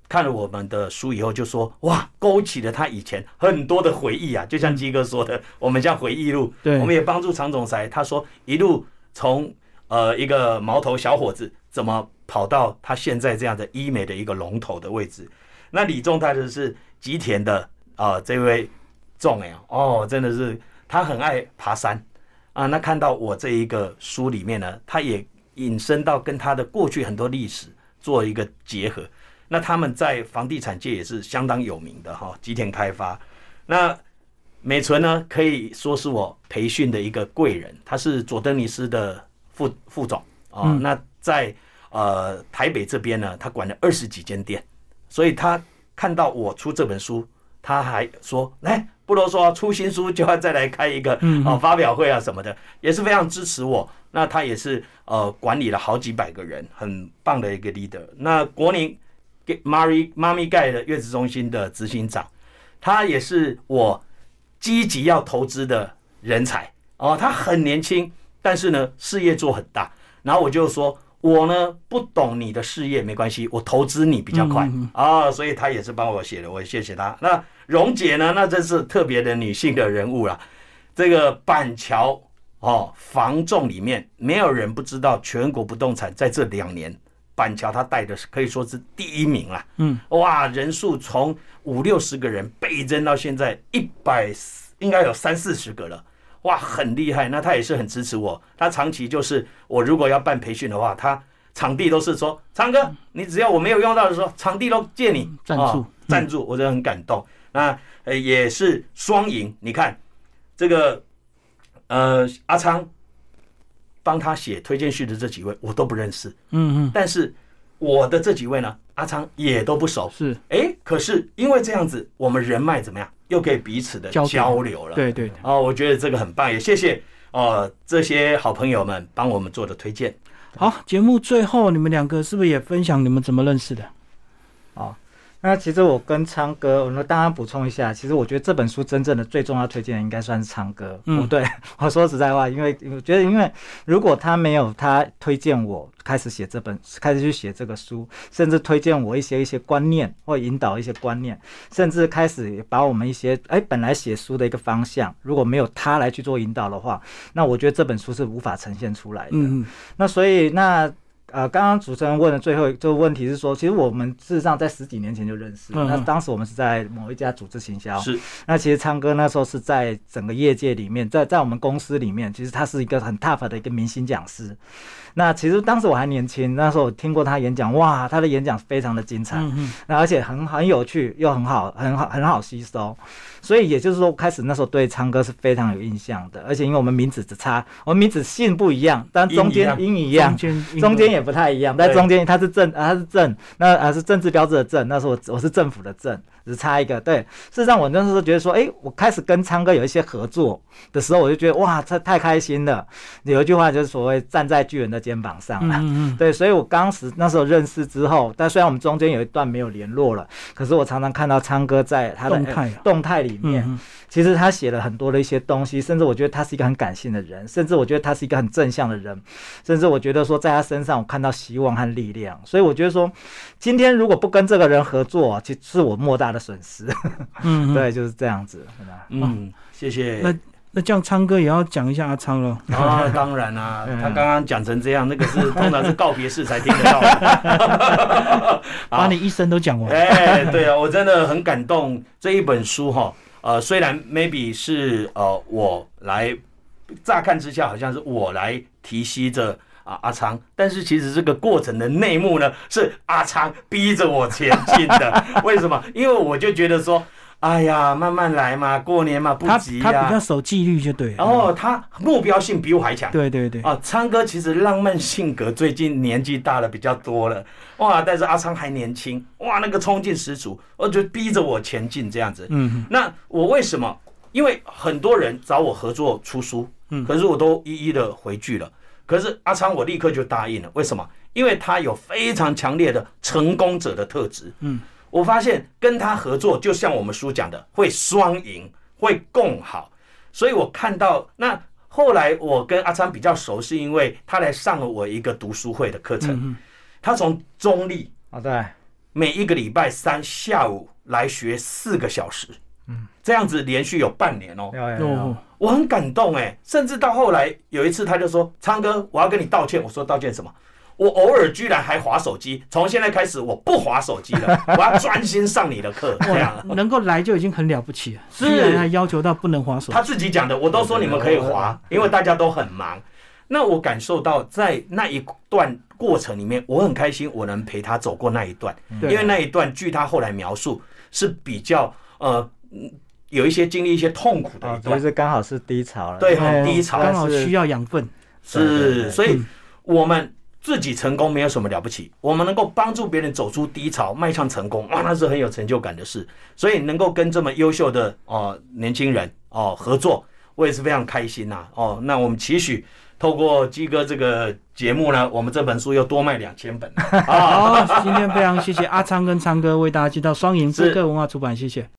[SPEAKER 2] 看了我们的书以后，就说哇，勾起了他以前很多的回忆啊，就像鸡哥说的，我们像回忆录，
[SPEAKER 1] 对
[SPEAKER 2] 我们也帮助常总裁，他说一路从呃一个毛头小伙子怎么跑到他现在这样的医美的一个龙头的位置。那李仲他就是吉田的啊、呃这位仲哎哦，真的是他很爱爬山啊。那看到我这一个书里面呢，他也引申到跟他的过去很多历史做一个结合。那他们在房地产界也是相当有名的哈，吉田开发。那美纯呢，可以说是我培训的一个贵人，他是佐登尼斯的副副总啊、那在呃台北这边呢，他管了二十几间店，所以他看到我出这本书，他还说来不啰嗦，出新书就要再来开一个啊发表会啊什么的，也是非常支持我。那他也是呃管理了好几百个人，很棒的一个 leader。那国宁给 Mary 妈咪盖的月子中心的执行长，他也是我积极要投资的人才哦，他很年轻，但是呢事业做很大。然后我就说，我呢不懂你的事业没关系，我投资你比较快啊、所以他也是帮我写的，我也谢谢他。那蓉姐呢，那真是特别的女性的人物啦。这个板桥哦，房仲里面没有人不知道，全国不动产在这两年，板桥他带的是可以说是第一名啦。
[SPEAKER 1] 嗯，
[SPEAKER 2] 哇，人数从五六十个人倍增到现在一百，应该有三四十个了。哇，很厉害。那他也是很支持我，他长期就是我如果要办培训的话，他场地都是说昌哥，你只要我没有用到的时候，场地都借你
[SPEAKER 1] 赞助嗯
[SPEAKER 2] 哦赞助，我真的很感动。那呃也是双赢，你看这个呃阿昌帮他写推荐序的这几位我都不认识，
[SPEAKER 1] 嗯嗯，
[SPEAKER 2] 但是我的这几位呢，阿昌也都不熟。
[SPEAKER 1] 嗯是
[SPEAKER 2] 哎，可是因为这样子，我们人脉怎么样，又可以彼此的
[SPEAKER 1] 交流
[SPEAKER 2] 交流了。
[SPEAKER 1] 对对对。
[SPEAKER 2] 哦，我觉得这个很棒，也谢谢哦这些好朋友们帮我们做的推荐。
[SPEAKER 1] 好，节目最后你们两个是不是也分享你们怎么认识的？
[SPEAKER 3] 哦，那其实我跟昌哥，我们当然补充一下，其实我觉得这本书真正的最重要推荐的应该算是昌哥。
[SPEAKER 1] 嗯
[SPEAKER 3] 不对， <laughs> 我说实在话，因为我觉得，因为如果他没有他推荐我开始写这本，开始去写这个书，甚至推荐我一些一些观念，或引导一些观念，甚至开始把我们一些哎本来写书的一个方向，如果没有他来去做引导的话，那我觉得这本书是无法呈现出来的。
[SPEAKER 1] 嗯嗯，
[SPEAKER 3] 那所以那呃，刚刚主持人问的最后一个问题是说，其实我们事实上在十几年前就认识，
[SPEAKER 1] 嗯嗯
[SPEAKER 3] 那当时我们是在某一家组织行销，
[SPEAKER 2] 是
[SPEAKER 1] 啊
[SPEAKER 3] 那其实昌哥那时候是在整个业界里面，在在我们公司里面，其实他是一个很 top 的一个明星讲师。那其实当时我还年轻，那时候我听过他演讲，哇，他的演讲非常的精彩，
[SPEAKER 1] 嗯嗯，
[SPEAKER 3] 那而且很很有趣，又很好，很好，很好吸收。所以也就是说，开始那时候对昌哥是非常有印象的，而且因为我们名字只差，我们名字姓不一样，但中间音一样
[SPEAKER 1] 中，间
[SPEAKER 3] 中间也不太一样，但中间它是政，啊它是政，那啊是政治标志的政，那是我我是政府的政，只差一个。对，事实上我那时候觉得说，哎、我开始跟昌哥有一些合作的时候，我就觉得哇，这太开心了。有一句话就是所谓站在巨人的肩膀上啊。
[SPEAKER 1] 嗯嗯
[SPEAKER 3] 对，所以我当时那时候认识之后，但虽然我们中间有一段没有联络了，可是我常常看到昌哥在他的呃
[SPEAKER 1] 动态啊
[SPEAKER 3] 动态里面，
[SPEAKER 1] 嗯，
[SPEAKER 3] 其实他写了很多的一些东西，甚至我觉得他是一个很感性的人，甚至我觉得他是一个很正向的人，甚至我觉得说在他身上我看到希望和力量，所以我觉得说，今天如果不跟这个人合作，啊其实是我莫大的损失。
[SPEAKER 1] 嗯，
[SPEAKER 3] <laughs> 对，就是这样子。好吧
[SPEAKER 2] 嗯，谢谢。
[SPEAKER 1] 那那这样昌哥也要讲一下阿昌喽。
[SPEAKER 2] 啊，当然啦、
[SPEAKER 1] <laughs>
[SPEAKER 3] 嗯
[SPEAKER 2] 他刚刚讲成这样，那个是通常是告别式才听得
[SPEAKER 1] <laughs>
[SPEAKER 2] 到。
[SPEAKER 1] 把你一生都讲完。
[SPEAKER 2] 哎，对啊，我真的很感动这一本书哈。呃，虽然 maybe 是呃我来，乍看之下好像是我来提携着。啊，阿昌，但是其实这个过程的内幕呢，是阿昌逼着我前
[SPEAKER 1] <laughs>
[SPEAKER 2] 进的。为什么？因为我就觉得说，哎呀，慢慢来嘛，过年嘛，不
[SPEAKER 1] 他
[SPEAKER 3] 啊
[SPEAKER 2] 急
[SPEAKER 1] 他比较
[SPEAKER 2] 呀、
[SPEAKER 1] 守纪律就对了。
[SPEAKER 2] 然
[SPEAKER 3] 哦
[SPEAKER 2] 后他目标性比我还强。
[SPEAKER 1] 对对对，
[SPEAKER 2] 啊，昌哥其实浪漫性格，最近年纪大了比较多了，哇！但是阿昌还年轻，哇，那个冲劲十足，我就逼着我前进这样子。
[SPEAKER 1] 嗯
[SPEAKER 2] 那我为什么？因为很多人找我合作出书，
[SPEAKER 1] 嗯
[SPEAKER 2] 可是我都一一的回拒了。可是阿昌，我立刻就答应了。为什么？因为他有非常强烈的成功者的特质。
[SPEAKER 1] 嗯，
[SPEAKER 2] 我发现跟他合作，就像我们书讲的，会双赢，会共好。所以我看到那后来我跟阿昌比较熟，是因为他来上了我一个读书会的课
[SPEAKER 1] 嗯
[SPEAKER 2] 程。他从中立
[SPEAKER 3] 哦，对，
[SPEAKER 2] 每一个礼拜三下午来学四个小时，嗯，这样子连续有半年哦，
[SPEAKER 3] 有有有
[SPEAKER 1] 哦，
[SPEAKER 2] 我很感动哎，甚至到后来有一次他就说：“昌哥，我要跟你道歉。”我说：“道歉什么？”我偶尔居然还划手机，从现在开始我不划手机了，我要专心上你的课。这样
[SPEAKER 1] 哇，能够来就已经很了不起了，
[SPEAKER 2] 啊是
[SPEAKER 1] 居然还要求到不能划手。
[SPEAKER 2] 他自己讲的，我都说你们可以划，因为大家都很忙。那我感受到在那一段过程里面，我很开心，我能陪他走过那一段，因
[SPEAKER 1] 对
[SPEAKER 2] 为那一段据他后来描述是比较呃嗯有一些经历一些痛苦的
[SPEAKER 3] 哦
[SPEAKER 2] 一，
[SPEAKER 3] 就
[SPEAKER 2] 段，
[SPEAKER 3] 是刚好是低潮了。
[SPEAKER 2] 对，
[SPEAKER 3] 因为
[SPEAKER 2] 很低潮。
[SPEAKER 1] 哎刚好需要养分。
[SPEAKER 3] 对对
[SPEAKER 2] 是，
[SPEAKER 3] 对
[SPEAKER 2] 所以我们自己成功没有什么了不起，我们能够帮助别人走出低潮，迈向成功，哇，那是很有成就感的事。所以能够跟这么优秀的哦、年轻人哦、合作，我也是非常开心呐、哦，那我们期许。透过鸡哥这个节目呢，我们这本书又多卖两千本了啊！
[SPEAKER 1] 好，今天非常谢谢阿昌跟昌哥为大家介绍双赢
[SPEAKER 2] 是
[SPEAKER 1] 播客文化出版，谢谢。